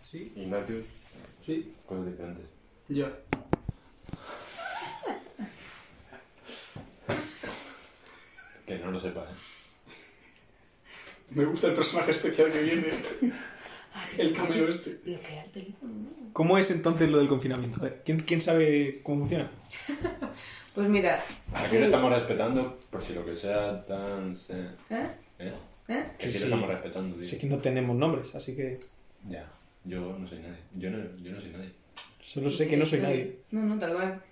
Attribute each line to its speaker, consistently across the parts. Speaker 1: Sí,
Speaker 2: Y Matthews,
Speaker 1: sí,
Speaker 2: cosas diferentes.
Speaker 1: yo.
Speaker 2: Que no lo sepa, ¿eh?
Speaker 1: Me gusta el personaje especial que viene. El cameo este.
Speaker 3: Bloquear el teléfono. ¿no?
Speaker 4: ¿Cómo es entonces lo del confinamiento? Eh, ¿Quién, quién sabe cómo funciona?
Speaker 3: Pues mira.
Speaker 2: Aquí lo Ah, estamos respetando, por si lo que sea tan... se-
Speaker 3: ¿Eh?
Speaker 2: ¿Eh?
Speaker 3: ¿Eh?
Speaker 2: Que Aquí
Speaker 4: Sí.
Speaker 2: lo estamos respetando, tío.
Speaker 4: Sé que no tenemos nombres, así que
Speaker 2: Ya, yo no soy nadie. Yo no, yo no soy nadie.
Speaker 4: solo sé que no soy nadie.
Speaker 3: Pues, No, no, tal cual.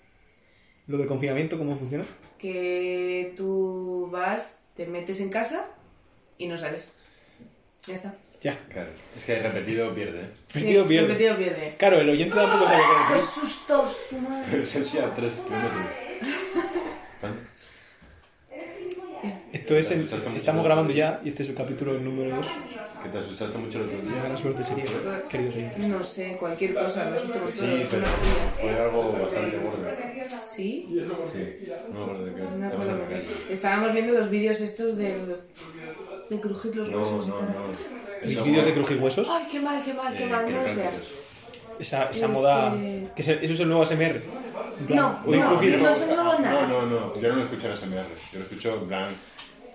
Speaker 4: ¿Lo del confinamiento cómo funciona?
Speaker 3: Que tú vas, te metes en casa y no sales. Ya está.
Speaker 4: Ya.
Speaker 2: Claro, es que repetido pierde, ¿eh?
Speaker 4: Repetido pierde.
Speaker 3: Repetido pierde.
Speaker 4: Claro, el oyente tampoco sabe
Speaker 3: ¡Qué
Speaker 4: cómo
Speaker 3: susto, su madre!
Speaker 2: Presencia a 3 kilómetros.
Speaker 4: Esto es el,
Speaker 2: Estamos
Speaker 4: estamos grabando ya y este es el capítulo número 2.
Speaker 2: Que te asustaste mucho el otro día.
Speaker 4: Mala suerte sería, queridos oyentes.
Speaker 3: No sé, cualquier cosa, me asusto por todo.
Speaker 2: Sí,
Speaker 3: es
Speaker 2: pero
Speaker 3: una locura.
Speaker 2: fue algo bastante gordo.
Speaker 3: ¿Sí?
Speaker 1: ¿Y eso por qué?
Speaker 2: Sí, no me acuerdo de qué.
Speaker 3: No me
Speaker 2: Estamos en
Speaker 3: acuerdo
Speaker 2: la
Speaker 3: qué.
Speaker 2: calle.
Speaker 3: Estábamos viendo los vídeos estos de los... De crujir los
Speaker 2: No,
Speaker 3: huesos y
Speaker 2: no,
Speaker 3: tal.
Speaker 2: no. Eh,
Speaker 4: ¿Mis vídeos de crujir huesos?
Speaker 3: ¡Ay, qué mal, qué mal, qué mal! No los veas.
Speaker 4: Esa, esa
Speaker 3: Este-
Speaker 4: moda... Que se- eso es el nuevo ASMR. En plan,
Speaker 3: No,
Speaker 4: oír crujir.
Speaker 3: no, son nuevos nada.
Speaker 2: No, no, no. Yo no lo escucho en SMR. Yo lo escucho en plan.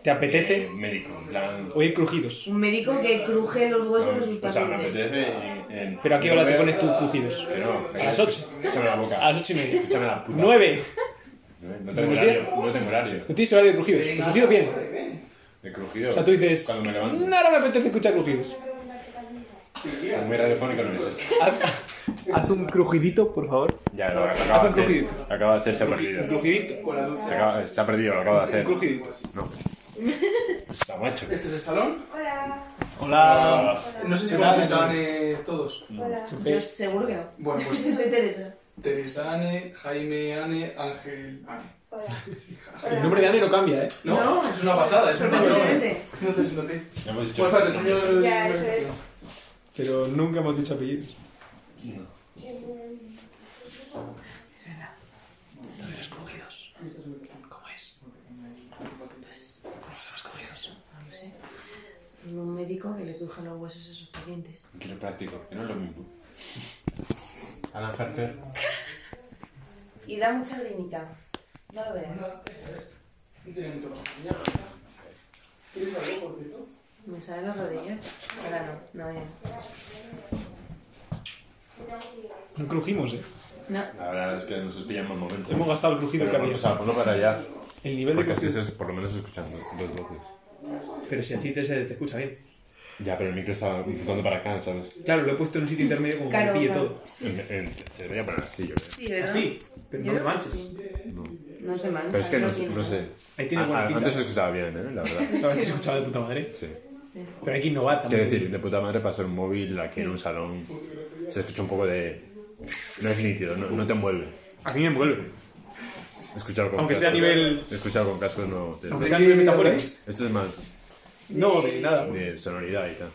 Speaker 4: ¿Te apetece
Speaker 2: eh, médico, en plan. pues,
Speaker 4: oír crujidos?
Speaker 3: Un médico que cruje los huesos de sus
Speaker 2: o sea, me
Speaker 3: pacientes.
Speaker 2: apetece. en- en-
Speaker 4: ¿Pero a qué
Speaker 2: no
Speaker 4: hora te
Speaker 2: veo-
Speaker 4: pones tú crujidos?
Speaker 2: Que no, que-
Speaker 4: ¿A las ocho?
Speaker 2: Échame la boca.
Speaker 4: A las 8 y media.
Speaker 2: Échame la puta.
Speaker 4: 9.
Speaker 2: No tengo
Speaker 4: Buenos
Speaker 2: horario.
Speaker 4: días.
Speaker 2: No tengo horario.
Speaker 4: No tienes horario de crujidos. El crujido viene.
Speaker 2: De crujido.
Speaker 4: O sea, tú dices...
Speaker 2: Cuando me levanto.
Speaker 4: No, no me apetece escuchar crujidos.
Speaker 2: Muy radiofónico no es esto.
Speaker 4: Haz, haz un crujidito, por favor.
Speaker 2: Ya, lo
Speaker 4: Haz
Speaker 2: acaba
Speaker 4: un
Speaker 2: de hacer.
Speaker 4: crujidito.
Speaker 2: Acaba de hacer, se ha
Speaker 4: Un
Speaker 2: perdido.
Speaker 4: crujidito. Con la
Speaker 2: Se, acaba- se ha perdido, lo acaba de hacer.
Speaker 4: Un crujidito.
Speaker 2: No. Está macho.
Speaker 1: Este es el salón.
Speaker 4: Hola.
Speaker 1: No sé si
Speaker 4: ¿Qué tal?
Speaker 1: Teresane todos.
Speaker 3: Yo seguro que no.
Speaker 1: Bueno, pues
Speaker 3: Soy Teresa.
Speaker 1: Teresane, Jaime Ane, Ángel Ane.
Speaker 4: El nombre de Ane no cambia, ¿eh?
Speaker 1: No, es una pasada, es una pasada.
Speaker 3: Sorprendentemente.
Speaker 1: Siéntate, siéntate.
Speaker 2: Ya hemos dicho.
Speaker 1: Pues vale, señor.
Speaker 5: Ya, eso es.
Speaker 4: Pero nunca hemos dicho apellidos.
Speaker 2: No.
Speaker 3: No lo sé. Un médico que le cruje los huesos a sus pacientes.
Speaker 2: Quiero práctico, que no es lo mismo. Alan Harper.
Speaker 3: Y da mucha grimita. No lo veas. Me salen las rodillas. Ahora no, no ya.
Speaker 4: No crujimos, ¿eh?
Speaker 3: No.
Speaker 2: La verdad es que nos pillan más momentos.
Speaker 4: Hemos gastado el crujido
Speaker 2: Pero
Speaker 4: que
Speaker 2: bueno, pues, o
Speaker 4: había.
Speaker 2: sea, ponlo para allá.
Speaker 4: El nivel de
Speaker 2: Porque así
Speaker 4: crujido.
Speaker 2: es por lo menos escuchando dos voces. pues,
Speaker 4: Pero si así te, se te escucha bien.
Speaker 2: Ya, pero el micro estaba apuntando para acá, ¿sabes?
Speaker 4: Claro, lo he puesto en un sitio intermedio como
Speaker 3: Claro,
Speaker 4: que me pille
Speaker 3: claro.
Speaker 4: todo.
Speaker 2: En- en- se debería poner así, yo creo.
Speaker 3: Sí, ¿verdad?
Speaker 4: Así, pero no
Speaker 3: Yo
Speaker 4: te
Speaker 3: creo que
Speaker 4: manches.
Speaker 3: sí.
Speaker 2: No.
Speaker 3: No se mancha.
Speaker 2: Pero es que no,
Speaker 3: tiene.
Speaker 2: no sé.
Speaker 4: Ahí tiene
Speaker 2: A-
Speaker 4: buena
Speaker 2: a-
Speaker 4: pinta.
Speaker 2: Ah, Antes se escuchaba bien, ¿eh? La verdad.
Speaker 4: Esta vez se escuchaba de puta madre.
Speaker 2: Sí.
Speaker 4: Pero hay que innovar también.
Speaker 2: Quiero decir, de puta madre para ser un móvil aquí en un salón. Se escucha un poco de. No es nítido, no, no te envuelve.
Speaker 4: A mí me envuelve.
Speaker 2: Escuchar con
Speaker 4: Aunque sea a
Speaker 2: cascos-
Speaker 4: nivel-
Speaker 2: Escuchar con cascos no. te-
Speaker 4: Aunque
Speaker 1: ¿De
Speaker 4: sea a
Speaker 1: qué
Speaker 4: nivel metafórico.
Speaker 1: habláis?
Speaker 2: Esto es más
Speaker 4: No, de nada.
Speaker 2: de sonoridad y tal.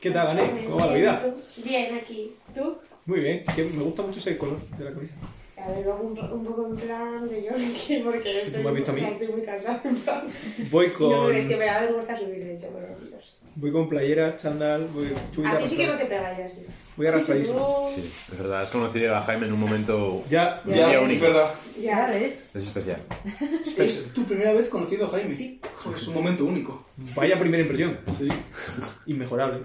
Speaker 4: ¿Qué tal, Ane? ¿Cómo va la vida?
Speaker 5: Bien, aquí. ¿Tú?
Speaker 4: Muy bien. Que me gusta mucho ese color de la camisa.
Speaker 5: A ver, vamos un, po- un poco en plan de yo aquí porque
Speaker 4: Si tú me has visto a mí.
Speaker 5: estoy muy cansada. en plan.
Speaker 4: Voy
Speaker 5: No,
Speaker 4: con...
Speaker 5: pero es que me da vergüenza subir, de hecho, pero no sé.
Speaker 4: Voy con playeras, chandal, voy... Voy
Speaker 5: A ti sí que no
Speaker 4: arrastradísimo.
Speaker 5: te pega ya, sí.
Speaker 4: Voy arrastradísimo.
Speaker 2: Sí, es verdad, has conocido a Jaime en un momento.
Speaker 4: Ya,
Speaker 2: Un día
Speaker 1: Ya, es
Speaker 2: único.
Speaker 1: verdad.
Speaker 3: Ya
Speaker 5: Ya.
Speaker 3: ves.
Speaker 2: Es especial.
Speaker 1: Es tu primera vez conocido a Jaime. Sí. Joder, es un momento único.
Speaker 4: vaya primera impresión.
Speaker 1: Sí.
Speaker 4: Inmejorable.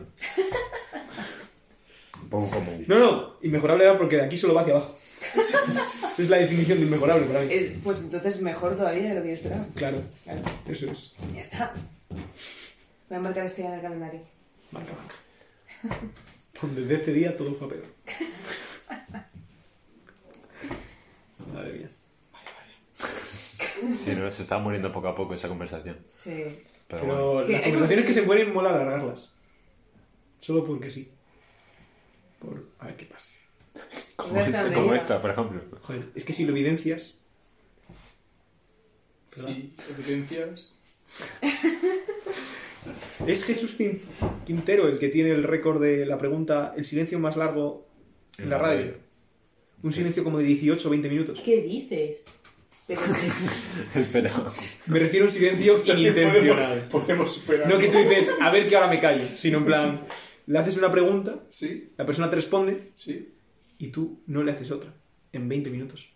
Speaker 2: Un poco común.
Speaker 4: No, no, inmejorable era porque de aquí solo va hacia abajo. es la definición de inmejorable para mí.
Speaker 3: Eh, Pues entonces mejor todavía de lo que yo esperaba.
Speaker 4: Claro,
Speaker 3: Claro.
Speaker 4: eso es.
Speaker 3: Ya está. Voy a marcar este día en el calendario.
Speaker 4: Marca, marca. Pues desde este día todo fue peor. Madre mía.
Speaker 2: Sí, no, se está muriendo poco a poco esa conversación.
Speaker 3: Sí.
Speaker 2: Pero, bueno.
Speaker 4: Pero
Speaker 3: Que
Speaker 4: las
Speaker 3: hay
Speaker 4: conversaciones que se mueren mola alargarlas. Solo porque sí. Por... A ver qué pasa.
Speaker 2: Como, este- como esta, por ejemplo.
Speaker 4: Joder, es que si lo evidencias...
Speaker 1: Sí. Evidencias.
Speaker 4: Es Jesús Cin- Quintero el que tiene el récord de la pregunta, el silencio más largo en la radio. Un silencio como de 18 o 20 minutos.
Speaker 3: ¿Qué dices? Pero sí.
Speaker 2: Espera.
Speaker 4: Me refiero a un silencio
Speaker 1: Podemos,
Speaker 4: inintencional.
Speaker 1: podemos superar.
Speaker 4: No que tú dices, a ver que ahora me callo, sino en plan, Le haces una pregunta,
Speaker 1: Sí,
Speaker 4: la persona te responde
Speaker 1: sí.
Speaker 4: y tú no le haces otra en 20 minutos.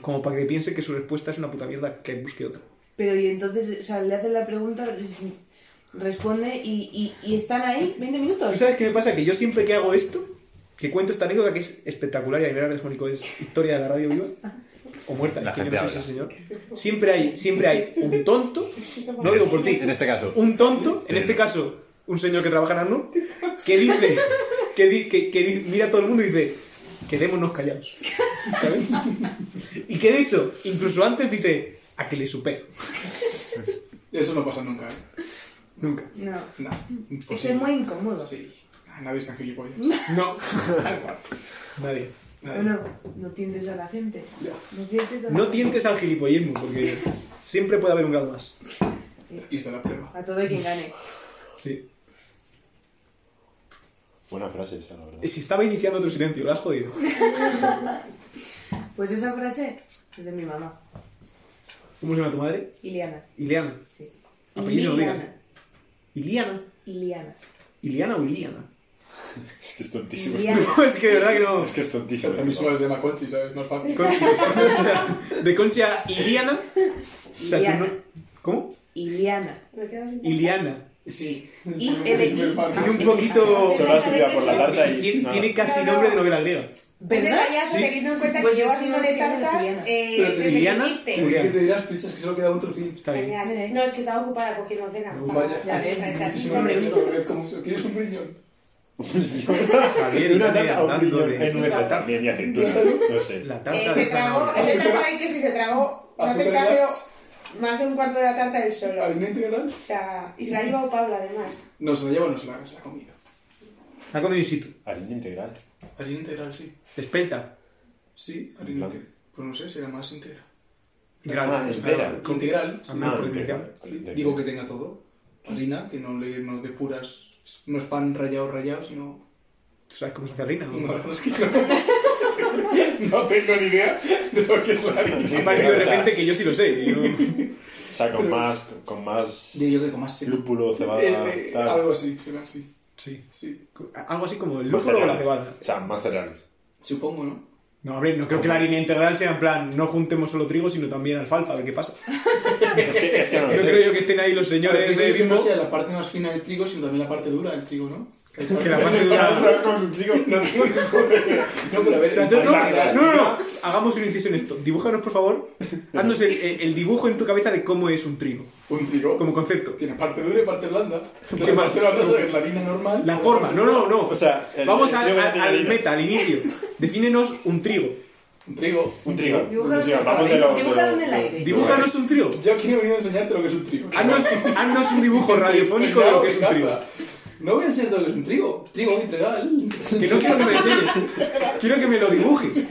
Speaker 4: Como para que piense que su respuesta es una puta mierda, que busque otra.
Speaker 3: Pero y entonces, o sea, le hacen la pregunta, responde y, y, y están ahí 20
Speaker 4: ¿Tú
Speaker 3: minutos.
Speaker 4: sabes qué me pasa? Que yo siempre que hago esto, que cuento esta anécdota que es espectacular y a nivel radiofónico es historia de la radio viva o muerta,
Speaker 2: La
Speaker 4: es que yo
Speaker 2: gente
Speaker 4: no sé
Speaker 2: habla.
Speaker 4: si es el señor. Siempre hay, siempre hay un tonto, no lo digo por ti,
Speaker 2: En este caso.
Speaker 4: un tonto, en
Speaker 2: Sí.
Speaker 4: este caso un señor que trabaja en ANU, que dice, que, di- que, que di- mira a todo el mundo y dice, quedémonos callados. ¿Sabes? Y que de hecho, incluso antes dice, a que le supero.
Speaker 1: Eso no pasa nunca, ¿eh?
Speaker 4: Nunca.
Speaker 3: No.
Speaker 1: No.
Speaker 3: Eso
Speaker 1: Imposible.
Speaker 3: es muy incómodo.
Speaker 1: Sí. Nadie es tan gilipollas.
Speaker 4: No.
Speaker 1: Da igual.
Speaker 4: Nadie.
Speaker 3: No, no, no tientes a la gente. No tientes a la
Speaker 4: No
Speaker 3: gente.
Speaker 4: tientes al gilipollismo, porque siempre puede haber un grado más.
Speaker 1: Hizo la prueba.
Speaker 3: A todo hay quien gane.
Speaker 4: Sí.
Speaker 2: Buena frase esa, la verdad.
Speaker 4: Si estaba iniciando tu silencio, lo has jodido.
Speaker 3: Pues esa frase es de mi mamá,
Speaker 4: ¿Cómo se llama tu madre?
Speaker 3: Iliana.
Speaker 4: Iliana.
Speaker 3: Sí.
Speaker 4: Apellido, Ah, pues no digas.
Speaker 3: Iliana.
Speaker 4: Iliana.
Speaker 3: Iliana.
Speaker 4: Iliana o Iliana.
Speaker 2: Es que es tontísimo.
Speaker 3: Iliana.
Speaker 4: No, es que de verdad que no.
Speaker 2: Es que es tontísimo.
Speaker 1: También solo se llama Conchi, ¿sabes? Más fácil.
Speaker 4: Concha. O sea, de Concha a Iliana. O sea, tú
Speaker 3: Iliana.
Speaker 4: no... ¿Cómo?
Speaker 3: Iliana.
Speaker 5: Me he quedado sin
Speaker 4: Iliana.
Speaker 1: Sí.
Speaker 3: I-L-I.
Speaker 4: Tiene un poquito...
Speaker 2: Se va a subir por la tarta y...
Speaker 4: Tiene,
Speaker 2: nada.
Speaker 4: tiene casi nombre de novela griega.
Speaker 3: ¿Verdad?
Speaker 5: Ya,
Speaker 4: Sí.
Speaker 5: teniendo en cuenta
Speaker 3: Pues
Speaker 5: que llevo
Speaker 3: es una
Speaker 5: haciendo de
Speaker 3: opinión de
Speaker 5: tartas
Speaker 3: Juliana.
Speaker 5: eh,
Speaker 1: Pero
Speaker 5: desde que
Speaker 4: Juliana,
Speaker 5: existe.
Speaker 1: ¿Por qué te dirás prisas que solo queda un trocín?
Speaker 4: pues, Está bien.
Speaker 3: Mira, eh.
Speaker 5: No, es que estaba ocupada cogiendo cena.
Speaker 1: Vaya.
Speaker 3: Ya ves,
Speaker 5: Está
Speaker 1: Muchísimas
Speaker 3: hombre,
Speaker 1: gracias,
Speaker 3: un-
Speaker 1: te agradezco mucho. ¿Quieres un riñón?
Speaker 4: Javier,
Speaker 2: De una
Speaker 4: dale,
Speaker 2: tarta a un
Speaker 4: hablando
Speaker 2: riñón
Speaker 4: de-
Speaker 2: en nueces también y aceitunas. No sé.
Speaker 4: La
Speaker 5: Eh,
Speaker 4: tarta
Speaker 5: se
Speaker 4: de
Speaker 5: tragó,
Speaker 4: zanahoria.
Speaker 5: él le tragó ahí que si se tragó, no te
Speaker 1: Azúcar
Speaker 5: exagero,
Speaker 1: glass.
Speaker 5: más de un cuarto de la tarta él solo.
Speaker 1: ¿Harina integral?
Speaker 5: O sea, y se la ha llevado Pablo además.
Speaker 1: No, se la lleva o no se la, se la ha comido.
Speaker 4: Ha comido in situ.
Speaker 2: Harina integral.
Speaker 1: Harina integral, sí.
Speaker 4: Espelta.
Speaker 1: Sí,
Speaker 2: harina
Speaker 1: harina integral. Pues no sé, será más entera.
Speaker 4: Grana.
Speaker 2: Ah, espera.
Speaker 1: Integral, sí.
Speaker 4: Ah, por
Speaker 2: integral.
Speaker 1: Digo que tenga todo. Harina, que no le no depuras, no es pan rayado rayado, sino...
Speaker 4: ¿Tú sabes cómo se hace harina? no?
Speaker 1: No, no es que no... no tengo ni idea de lo que es la
Speaker 4: Me ha
Speaker 1: harina.
Speaker 4: parecido de
Speaker 2: O sea-
Speaker 4: repente que yo sí lo sé. yo-
Speaker 2: O sea, con más... Con más...
Speaker 1: Digo yo que con más seco.
Speaker 2: Lúpulo, cebada...
Speaker 1: Eh, eh,
Speaker 2: tal.
Speaker 1: algo así, será así.
Speaker 4: Sí.
Speaker 1: Sí.
Speaker 4: Algo así como el
Speaker 2: Más
Speaker 4: lúpulo o la
Speaker 2: cereales.
Speaker 4: cebada.
Speaker 2: O sea, más cereales.
Speaker 1: Supongo, ¿no?
Speaker 4: No, hombre, no creo que la harina integral sea en plan, no juntemos solo trigo, sino también alfalfa, a ver qué pasa.
Speaker 2: Es que, es que no
Speaker 4: No
Speaker 2: lo sé.
Speaker 4: creo yo que estén ahí los
Speaker 1: Claro,
Speaker 4: señores
Speaker 1: que
Speaker 4: de
Speaker 1: no
Speaker 4: Bimbo.
Speaker 1: sea la parte más fina del trigo, sino también la parte dura del trigo, ¿no?
Speaker 4: Que la parte dura...
Speaker 2: ¿Sabes cómo es un trigo?
Speaker 1: No, tengo ni idea. no, pero a ver,
Speaker 4: O sea, tú- no,
Speaker 1: integral.
Speaker 4: no, no, no. hagamos un inciso en esto. Dibújanos, por favor, haznos el, el dibujo en tu cabeza de cómo es un trigo,
Speaker 1: Un trigo.
Speaker 4: como concepto.
Speaker 1: Tiene parte dura y parte blanda. La
Speaker 4: ¿Qué más?
Speaker 1: parte blanda sabe, la harina normal.
Speaker 4: La forma, no, no, no.
Speaker 2: O sea, el-
Speaker 4: Vamos
Speaker 2: el
Speaker 4: al,
Speaker 2: trigo
Speaker 4: al-
Speaker 2: tiene
Speaker 4: al
Speaker 2: harina.
Speaker 4: meta, al inicio. Defínenos un trigo.
Speaker 1: Un trigo.
Speaker 2: Un trigo.
Speaker 3: Dibújanos
Speaker 2: Un trigo.
Speaker 3: en-
Speaker 2: Vamos de lo-
Speaker 3: dibújalo
Speaker 2: de lo-
Speaker 3: en el aire.
Speaker 2: de-
Speaker 4: Dibújanos un trigo.
Speaker 1: Yo aquí no he venido a enseñarte lo que es un trigo.
Speaker 4: Haznos, haznos un dibujo radiofónico de lo que es un trigo.
Speaker 1: No voy a enseñarte lo que es un trigo. Trigo integral.
Speaker 4: Que no quiero que me enseñes. Quiero que me lo dibujes.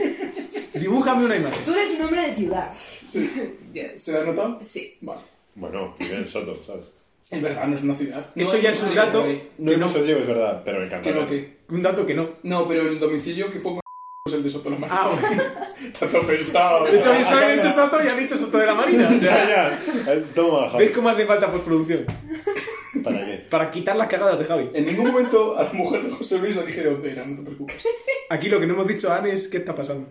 Speaker 4: Dibújame una imagen.
Speaker 3: Tú eres un hombre de ciudad.
Speaker 1: Sí.
Speaker 3: Yes.
Speaker 1: ¿Se ha notado?
Speaker 3: Sí.
Speaker 1: Vale.
Speaker 2: Bueno, vive en Soto, ¿sabes?
Speaker 1: Es verdad, no es una ciudad. No
Speaker 4: Eso
Speaker 1: hay
Speaker 4: ya es un
Speaker 1: nadie
Speaker 4: dato
Speaker 1: por ahí.
Speaker 2: No
Speaker 4: que
Speaker 2: es
Speaker 4: no...
Speaker 2: un Sotillo, es verdad, pero me encanta.
Speaker 1: Que no, que.
Speaker 4: Un dato que no.
Speaker 1: No, pero el domicilio que pongo es el de Soto la Marina.
Speaker 4: Ah, bueno.
Speaker 1: Está todo pensado.
Speaker 4: De hecho, habéis habéis dicho Soto y ha dicho Soto de la Marina. O sea,
Speaker 2: Ya, ya. Eh, Toma, Javi.
Speaker 4: ¿Veis cómo hace falta postproducción?
Speaker 2: ¿Para qué?
Speaker 4: Para quitar las cagadas de Javi.
Speaker 1: En ningún momento a la mujer de José Luis le dije de dónde era, no te preocupes.
Speaker 4: Aquí lo que no hemos dicho a Anne es qué está pasando.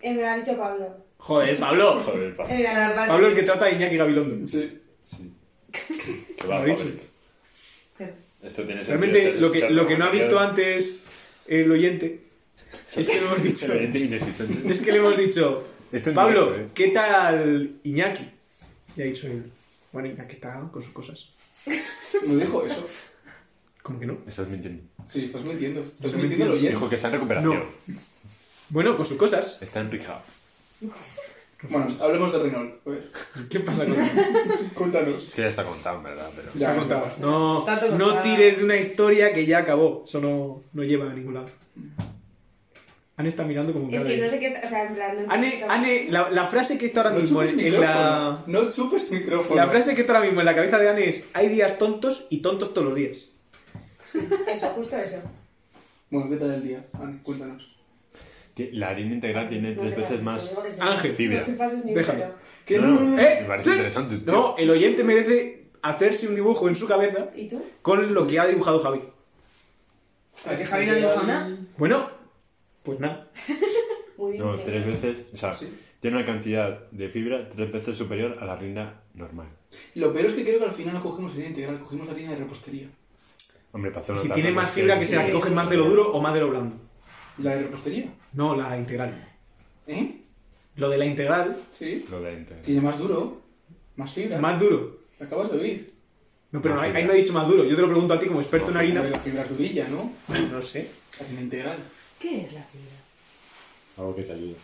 Speaker 5: Eh, me lo ha dicho Pablo.
Speaker 4: Joder, Pablo.
Speaker 2: Joder, pa.
Speaker 5: Eh, la verdad.
Speaker 4: Pablo el que trata a Iñaki Gabilondo.
Speaker 1: Sí.
Speaker 2: Que va,
Speaker 4: Lo ha dicho.
Speaker 2: Javi.
Speaker 3: Cero.
Speaker 2: Esto tiene sentido.
Speaker 4: Realmente,
Speaker 2: es-
Speaker 4: lo que,
Speaker 2: es-
Speaker 4: lo que no ha visto antes el oyente es que le hemos
Speaker 2: Es
Speaker 4: dicho...
Speaker 2: evidente inexistente.
Speaker 4: Es que le hemos dicho...
Speaker 2: Esto es
Speaker 4: Pablo,
Speaker 2: directo, ¿eh?
Speaker 4: ¿qué tal Iñaki? Y ha dicho él... Bueno, Iñaki está con sus cosas.
Speaker 1: Me dijo eso.
Speaker 4: ¿Cómo que no?
Speaker 2: Estás mintiendo.
Speaker 1: Sí, estás mintiendo. Estás
Speaker 4: Estoy
Speaker 1: mintiendo al
Speaker 4: mintiendo.
Speaker 1: oyente.
Speaker 2: Dijo que está en recuperación.
Speaker 4: Bueno, con sus cosas.
Speaker 2: Está en rehab.
Speaker 1: Bueno, hablemos de Renault. A ver,
Speaker 4: ¿Qué pasa con él?
Speaker 1: cuéntanos.
Speaker 2: Es que ya está contado, en verdad, pero...
Speaker 1: Ya,
Speaker 4: Te
Speaker 1: no
Speaker 4: contaba.
Speaker 1: pasa.
Speaker 4: No,
Speaker 3: Tanto contaba.
Speaker 4: no tires de una historia que ya acabó. Eso no, no lleva a ningún lado. Anne está mirando como
Speaker 5: Es
Speaker 4: cara
Speaker 5: que
Speaker 4: de-
Speaker 5: no sé qué está. O sea, en plan. No
Speaker 4: Anne,
Speaker 5: entiendo.
Speaker 4: Anne, la, la frase que está ahora
Speaker 1: No
Speaker 4: mismo
Speaker 1: chupes
Speaker 4: en, en
Speaker 1: micrófono.
Speaker 4: la.
Speaker 1: No chupes micrófono.
Speaker 4: La frase que está ahora mismo en la cabeza de Anne es hay días tontos y tontos todos los días.
Speaker 5: Eso, justo eso.
Speaker 1: Bueno, ¿qué tal el día? Ani, cuéntanos.
Speaker 2: Ti- La harina integral tiene
Speaker 5: No
Speaker 2: tres
Speaker 5: te
Speaker 2: veces
Speaker 5: pases, te
Speaker 2: más...
Speaker 5: digo que sí.
Speaker 4: Ángel.
Speaker 5: No
Speaker 2: Fibra.
Speaker 5: te pases ni un
Speaker 4: Déjalo.
Speaker 5: pelo.
Speaker 1: ¿Qué?
Speaker 2: No, no, me
Speaker 4: ¿Eh?
Speaker 2: parece
Speaker 4: ¿Sí?
Speaker 2: interesante. tío.
Speaker 4: No, el oyente merece hacerse un dibujo en su cabeza
Speaker 5: ¿Y tú?
Speaker 4: con lo que ha dibujado Javi.
Speaker 3: Porque Javi no dibuja nada.
Speaker 4: Bueno, pues nada.
Speaker 5: Muy bien.
Speaker 2: No,
Speaker 5: pero-
Speaker 2: tres veces. O sea,
Speaker 1: Sí.
Speaker 2: tiene una cantidad de fibra tres veces superior a la harina normal.
Speaker 1: Y lo peor es que creo que al final no cogimos harina integral, cogimos harina de repostería.
Speaker 2: Hombre, para hacer una
Speaker 4: Si
Speaker 2: tarta
Speaker 4: tiene
Speaker 2: con
Speaker 4: más fibra que
Speaker 2: queso-
Speaker 4: será que cogen más de lo duro o más de lo blando.
Speaker 1: ¿La de repostería?
Speaker 4: No, la integral.
Speaker 1: ¿Eh?
Speaker 4: Lo de la integral,
Speaker 1: Sí.
Speaker 2: Lo de entero.
Speaker 1: Tiene más duro, más fibra.
Speaker 4: más duro.
Speaker 1: Acabas de oír.
Speaker 4: No, pero no,
Speaker 2: Más
Speaker 4: ahí
Speaker 2: fibra.
Speaker 4: no he dicho más duro. Yo te lo pregunto a ti como experto en
Speaker 1: A
Speaker 4: harina.
Speaker 1: ver, La fibra es durilla, ¿no?
Speaker 4: No sé.
Speaker 1: Harina integral.
Speaker 3: ¿Qué es la fibra?
Speaker 2: Algo que te ayude.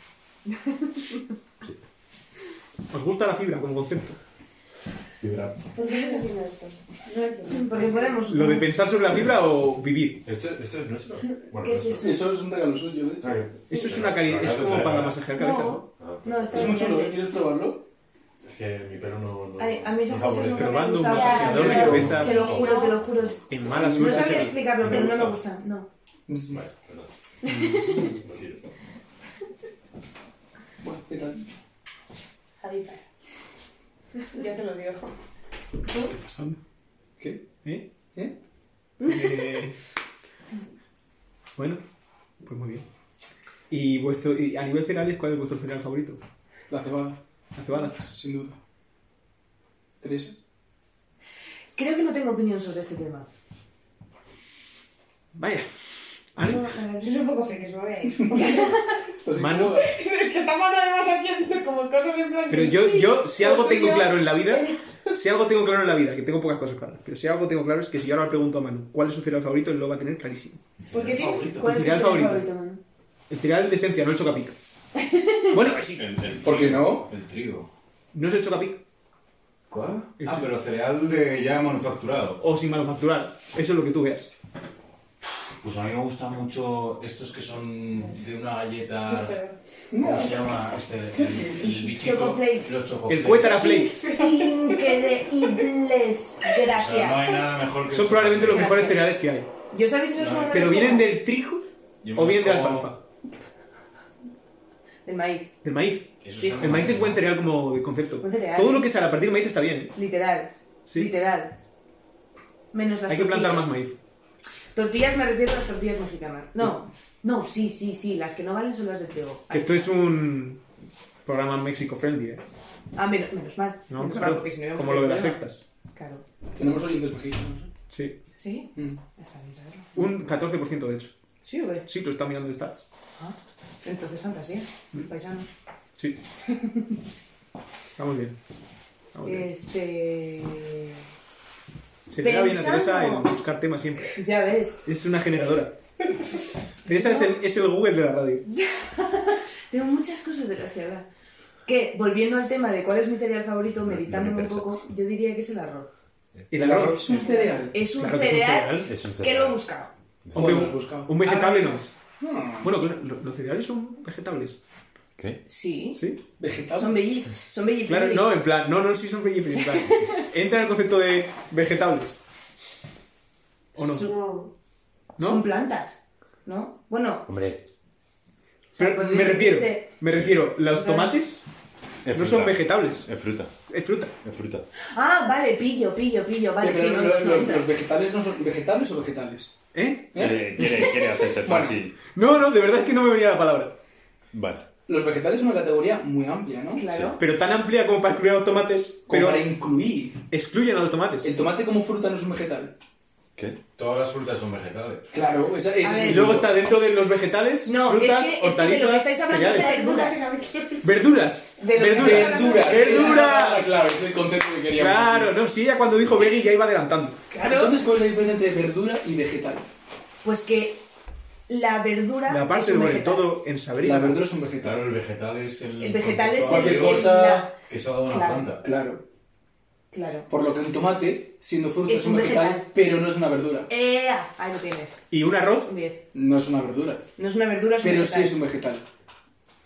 Speaker 4: ¿Os gusta la fibra como concepto?
Speaker 2: Fibra.
Speaker 5: ¿Por qué estás haciendo esto? No entiendo.
Speaker 3: Porque podemos.
Speaker 4: ¿Lo de pensar sobre la fibra o vivir?
Speaker 2: Esto, esto es nuestro. Bueno,
Speaker 5: ¿Qué es
Speaker 2: nuestro.
Speaker 1: Eso es un regalo suyo, de hecho.
Speaker 2: Ah, bien.
Speaker 4: Eso es una calidad. Es como para masajear cabeza, ¿no?
Speaker 5: No,
Speaker 2: Ah,
Speaker 5: no, está
Speaker 1: Es
Speaker 5: bien.
Speaker 1: muy chulo, ¿eh?
Speaker 5: antes.
Speaker 1: ¿quieres probarlo?
Speaker 2: Es que mi pelo no. no-
Speaker 5: Ay, a mí esas
Speaker 2: no
Speaker 5: cosas
Speaker 2: favorece.
Speaker 5: nunca me
Speaker 4: Probando un
Speaker 5: gustaban.
Speaker 4: masajeador de
Speaker 5: Ya, pero-
Speaker 4: cabezas.
Speaker 3: Te lo juro, te lo juro. es-
Speaker 4: En mala
Speaker 3: No
Speaker 4: suerte.
Speaker 3: sabría
Speaker 4: se-
Speaker 3: explicarlo,
Speaker 2: ¿No te
Speaker 3: pero no me
Speaker 2: gusta?
Speaker 3: gusta. No.
Speaker 2: Vale, perdón. Lo tiro.
Speaker 1: Bueno, ¿qué tal?
Speaker 5: Javi, para. Ya te lo digo.
Speaker 4: ¿Qué pasa?
Speaker 1: ¿Qué?
Speaker 4: ¿Eh?
Speaker 1: ¿Eh?
Speaker 4: Eh, bueno, pues muy bien. ¿Y, vuestro, y a nivel cereales, cuál es vuestro cereal favorito?
Speaker 1: La cebada,
Speaker 4: ¿La cebada?
Speaker 1: sin duda. Teresa.
Speaker 3: Creo que no tengo opinión sobre este tema.
Speaker 4: Vaya. Ah, Ana,
Speaker 5: Yo soy un poco fake, me voy a ir.
Speaker 1: Estás
Speaker 4: Manu.
Speaker 1: incómoda.
Speaker 5: Es que estamos además aquí haciendo como cosas en plan.
Speaker 4: Pero
Speaker 5: que
Speaker 4: yo,
Speaker 5: sí,
Speaker 4: yo, si
Speaker 5: pues
Speaker 4: algo tengo
Speaker 5: yo-
Speaker 4: claro en la vida, si algo tengo claro en la vida, que tengo pocas cosas claras, pero si algo tengo claro es que si yo ahora le pregunto a Manu cuál es su cereal favorito, él lo va a tener clarísimo.
Speaker 5: Porque tienes.
Speaker 4: ¿Tu cereal favorito? El cereal de esencia, no el chocapic. Bueno, sí.
Speaker 1: ¿Por qué no?
Speaker 6: El trigo.
Speaker 4: No es el chocapic,
Speaker 6: ¿Cuál?
Speaker 4: El
Speaker 6: Ah,
Speaker 4: trigo.
Speaker 6: pero cereal de ya manufacturado.
Speaker 4: o sin manufacturar. Eso es lo que tú veas.
Speaker 6: Pues a mí me gustan mucho estos que son de una galleta. ¿Cómo
Speaker 1: No.
Speaker 6: se llama? Este, el, el bichito.
Speaker 3: Chocoflakes.
Speaker 6: Los chocoflakes.
Speaker 4: El cuétara flakes.
Speaker 3: Increíbles.
Speaker 6: O sea, no
Speaker 3: Gracias.
Speaker 6: hay nada mejor que.
Speaker 4: Son probablemente los mejores cereales que hay.
Speaker 3: Yo sabéis esos colores
Speaker 4: Pero vienen
Speaker 3: como-
Speaker 4: del trigo
Speaker 6: Yo me
Speaker 4: o vienen de
Speaker 6: como-
Speaker 4: alfalfa.
Speaker 3: Del maíz.
Speaker 4: Del maíz.
Speaker 6: Esos
Speaker 3: Sí.
Speaker 6: son
Speaker 4: El maíz es buen cereal como de concepto.
Speaker 3: Buen cereal,
Speaker 4: Todo
Speaker 3: ¿eh?
Speaker 4: lo que sale a partir del maíz está bien, ¿eh?
Speaker 3: Literal.
Speaker 4: Sí.
Speaker 3: Literal. Menos las
Speaker 4: Hay que plantar
Speaker 3: tortillas.
Speaker 4: más maíz.
Speaker 3: Tortillas me refiero a las tortillas mexicanas. No. No, sí, sí, sí. Las que no valen son las de trigo.
Speaker 4: Que esto es un programa México friendly, ¿eh?
Speaker 3: Ah, menos, menos mal.
Speaker 4: ¿No?
Speaker 3: menos mal,
Speaker 4: Claro,
Speaker 3: porque si no íbamos
Speaker 4: como
Speaker 3: a
Speaker 4: lo de
Speaker 3: tener
Speaker 4: las
Speaker 3: problema.
Speaker 4: sectas.
Speaker 3: Claro.
Speaker 1: Tenemos oyentes mexicanos. ¿eh?
Speaker 4: Sí.
Speaker 3: ¿Sí?
Speaker 1: Mm.
Speaker 3: Está bien saberlo.
Speaker 4: Un 14% de hecho.
Speaker 3: ¿Sí o qué?
Speaker 4: Sí, lo está mirando de stats.
Speaker 3: Ah, entonces fantasía.
Speaker 4: Mm.
Speaker 3: Paisano.
Speaker 4: Sí. Estamos bien. Estamos bien.
Speaker 3: Este...
Speaker 4: Se le da bien a
Speaker 3: pensando-
Speaker 4: Teresa en buscar temas siempre.
Speaker 3: Ya ves.
Speaker 4: Es una generadora. Teresa es el, es el Google de la radio.
Speaker 3: Tengo muchas cosas de las que hablar. Que, volviendo al tema de cuál es mi cereal favorito, meditando un
Speaker 2: interesa.
Speaker 3: poco, yo diría que es el arroz.
Speaker 4: El arroz.
Speaker 1: es un cereal.
Speaker 3: Es un
Speaker 4: Claro que es un
Speaker 3: cereal
Speaker 4: cereal.
Speaker 2: Es un
Speaker 3: que lo he
Speaker 2: cereal.
Speaker 3: buscado.
Speaker 4: Hombre,
Speaker 1: Bueno,
Speaker 4: un-
Speaker 1: buscado.
Speaker 4: un vegetable no es.
Speaker 1: Ah,
Speaker 4: Bueno, claro, lo- los cereales son vegetables.
Speaker 2: ¿Qué?
Speaker 3: Sí.
Speaker 4: Sí.
Speaker 1: vegetal.
Speaker 3: Son bellis. Son bellis.
Speaker 4: Claro, no, en plan, no, no, sí son vegetables. En plan, entra en el concepto de vegetables. ¿O no?
Speaker 5: No.
Speaker 4: ¿no?
Speaker 3: Son plantas. ¿No? Bueno,
Speaker 2: Hombre,
Speaker 3: o sea, pues
Speaker 4: Pero me
Speaker 3: podría
Speaker 4: refiero,
Speaker 3: decirse-
Speaker 4: me refiero, los
Speaker 3: Claro.
Speaker 4: tomates
Speaker 2: es
Speaker 4: no
Speaker 2: fruta.
Speaker 4: son ¿Eh? vegetables,
Speaker 2: Es fruta.
Speaker 4: es fruta.
Speaker 2: Es fruta.
Speaker 3: Ah, vale, pillo, pillo, pillo. Vale,
Speaker 1: Ya, pero
Speaker 3: sí,
Speaker 1: no,
Speaker 3: no,
Speaker 1: los,
Speaker 3: no,
Speaker 1: los-
Speaker 3: no.
Speaker 1: los vegetales no son vegetables o vegetales.
Speaker 4: ¿Eh?
Speaker 1: ¿Eh?
Speaker 2: Quiere, quiere, quiere hacerse
Speaker 1: Bueno.
Speaker 2: fácil.
Speaker 4: No, no, de verdad es que no me venía la palabra.
Speaker 2: Vale.
Speaker 1: Los vegetales es una categoría muy amplia, ¿no? Como
Speaker 3: Claro.
Speaker 4: Pero tan amplia como para excluir a los tomates, pero
Speaker 1: para incluir.
Speaker 4: excluyen a los tomates.
Speaker 1: El tomate como fruta no es un vegetal.
Speaker 2: ¿Qué?
Speaker 6: Todas las frutas son vegetales.
Speaker 1: Claro, esa,
Speaker 3: A
Speaker 1: esa
Speaker 3: ver.
Speaker 1: es
Speaker 4: Y
Speaker 1: mi
Speaker 4: luego
Speaker 1: punto.
Speaker 4: está dentro de los vegetales,
Speaker 3: No, es que- es
Speaker 4: frutas,
Speaker 3: que de lo que
Speaker 4: hortalizas,
Speaker 3: estáis hablando
Speaker 4: cereales.
Speaker 3: es
Speaker 5: Verduras.
Speaker 4: Verduras.
Speaker 3: De lo que estáis
Speaker 4: verduras.
Speaker 3: hablando
Speaker 1: Verduras.
Speaker 4: Verduras.
Speaker 1: Claro, es el concepto que queríamos.
Speaker 4: Claro, no, sí, ella cuando dijo veggie ya iba adelantando.
Speaker 1: Entonces, ¿cuál es la diferencia entre verdura y vegetal?
Speaker 3: Pues que la verdura.
Speaker 4: La
Speaker 3: es
Speaker 4: parte
Speaker 3: un
Speaker 4: sobre
Speaker 3: vegetal.
Speaker 4: todo en saber.
Speaker 1: La verdura es un vegetal.
Speaker 6: Claro, el vegetal es el.
Speaker 3: El vegetal es el.
Speaker 1: Cualquier
Speaker 3: el-
Speaker 1: cosa-
Speaker 3: la-
Speaker 6: Que se ha dado una
Speaker 3: Claro.
Speaker 6: planta.
Speaker 1: Claro.
Speaker 3: Claro.
Speaker 1: Por lo que un tomate, siendo fruta,
Speaker 3: Es
Speaker 1: es un
Speaker 3: un
Speaker 1: vegetal,
Speaker 3: vegetal.
Speaker 1: pero no es una verdura.
Speaker 3: ¡Ea! Eh, Ahí lo tienes.
Speaker 4: Y un arroz
Speaker 3: Un 10.
Speaker 1: No es una verdura,
Speaker 3: No es una verdura, es un
Speaker 1: pero sí
Speaker 3: vegetal.
Speaker 1: es un vegetal.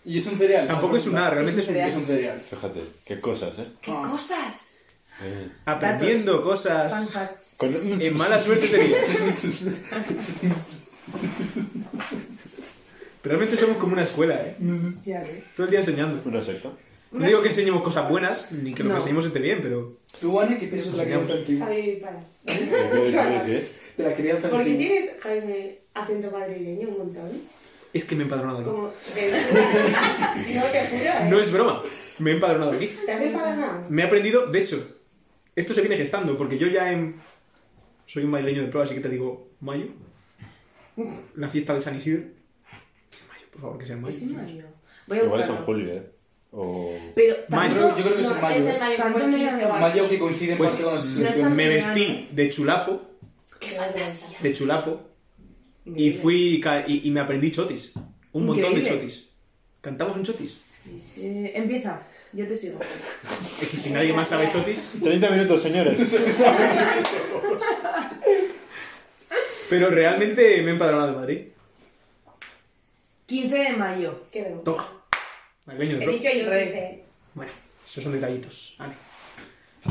Speaker 1: Y es un cereal.
Speaker 4: tampoco es un nada, realmente es un...
Speaker 1: Es un cereal.
Speaker 2: Fíjate, qué cosas, ¿eh?
Speaker 3: ¡Qué
Speaker 1: Ah.
Speaker 3: cosas!
Speaker 2: Eh,
Speaker 4: Aprendiendo
Speaker 3: Fun
Speaker 4: cosas.
Speaker 3: facts.
Speaker 2: Con...
Speaker 4: En mala suerte sería. Pero Realmente somos como una escuela, ¿eh?
Speaker 3: Ya ves.
Speaker 4: Todo el día enseñando.
Speaker 2: Una secta.
Speaker 4: No digo que enseñemos cosas buenas, ni que lo que
Speaker 3: No.
Speaker 4: enseñemos esté bien, pero...
Speaker 1: ¿Tú, Anne, qué piensas de la crianza del trigo?
Speaker 5: Javi, para.
Speaker 2: ¿Qué, qué, qué?
Speaker 1: De la crianza del
Speaker 5: Porque
Speaker 1: trigo.
Speaker 5: tienes. Jaime. acento madrileño un montón.
Speaker 4: Es que me he empadronado aquí.
Speaker 5: Como de... no te juro, ¿eh?
Speaker 4: No es broma, me he empadronado aquí.
Speaker 5: ¿Te has empadronado?
Speaker 4: Me he aprendido, de hecho, esto se viene gestando, porque yo ya en... soy un madrileño de prueba, así que te digo mayo. La fiesta de San Isidro. Es en mayo, por favor, que sea en mayo.
Speaker 3: Es en mayo. Pues Voy a
Speaker 2: Igual es en
Speaker 3: buscarlo.
Speaker 2: julio, ¿eh? O...
Speaker 3: Pero
Speaker 4: Mayo,
Speaker 3: tanto-
Speaker 1: yo creo que es en mayo.
Speaker 5: Es el mayo,
Speaker 3: Tanto
Speaker 5: como el
Speaker 3: me lo
Speaker 5: 15 o así.
Speaker 1: Mayo que coincide en
Speaker 4: Pues,
Speaker 1: parte con la
Speaker 3: no es
Speaker 1: selección.
Speaker 3: tan-
Speaker 4: Me vestí de chulapo,
Speaker 5: Qué fantasía.
Speaker 4: de chulapo, y fui ca- y, y me aprendí chotis. Un montón de
Speaker 3: Increíble.
Speaker 4: chotis. Cantamos un chotis.
Speaker 3: Dice, Empieza, yo te sigo.
Speaker 4: Es que si nadie más sabe chotis.
Speaker 2: 30 minutos, señores.
Speaker 4: Pero realmente me he empadronado en Madrid.
Speaker 3: 15 de mayo.
Speaker 5: Qué vergüenza.
Speaker 4: Toma. Madrileño de
Speaker 5: He
Speaker 4: pro.
Speaker 5: dicho yo
Speaker 3: Rey.
Speaker 5: que
Speaker 4: Bueno, esos son detallitos. Vale.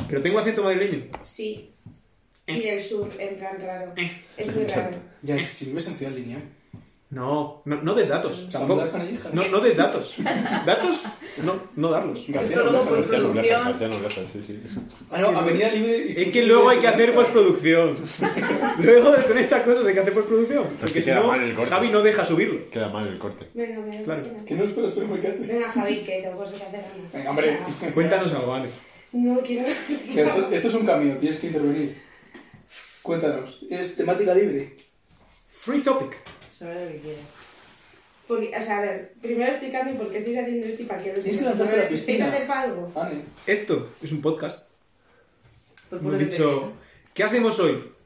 Speaker 4: Pero tengo acento madrileño.
Speaker 5: sí.
Speaker 1: Eh.
Speaker 5: Y del sur, en plan raro. Es muy raro.
Speaker 1: Ya, si vives en Ciudad Lineal.
Speaker 4: No, no, no des datos. Tampoco.
Speaker 1: ¿Sandar con hija?
Speaker 4: No, no des datos. ¿Datos? No, no darlos.
Speaker 1: García
Speaker 3: Esto luego
Speaker 1: Nobleza,
Speaker 3: por
Speaker 1: García Nobleza.
Speaker 2: sí,
Speaker 3: producción.
Speaker 2: sí.
Speaker 1: Ah, no, Avenida Libre.
Speaker 4: Es que luego hay que hacer pues, postproducción. Luego con estas cosas hay que hacer postproducción. Porque
Speaker 2: que
Speaker 4: si
Speaker 2: Pues queda
Speaker 4: no,
Speaker 2: mal el corte.
Speaker 4: Javi no deja subirlo.
Speaker 2: Queda mal el corte.
Speaker 5: Venga, venga.
Speaker 4: Claro.
Speaker 5: venga.
Speaker 1: Que no espero, espero, me quedaste.
Speaker 5: Venga, Javi, que tengo cosas que hacer. ¿no?
Speaker 1: Venga, hombre.
Speaker 4: Cuéntanos algo, vale.
Speaker 5: No quiero.
Speaker 1: Que Esto, esto es un camino, tienes que intervenir. Cuéntanos, es temática libre.
Speaker 4: Free topic.
Speaker 3: Sabe lo que quieras.
Speaker 5: Porque, o sea, a ver, primero explicadme por qué estáis haciendo esto y para qué lo
Speaker 1: Tienes
Speaker 5: estáis
Speaker 1: que lanzarte a la
Speaker 5: ¿Estáis
Speaker 1: piscina.
Speaker 5: hacer para algo?
Speaker 1: Vale.
Speaker 4: Esto es un podcast.
Speaker 3: Pues Por
Speaker 4: Hemos
Speaker 3: puro
Speaker 4: dicho,
Speaker 3: ¿eh?
Speaker 4: ¿qué hacemos hoy?
Speaker 3: entretenimiento.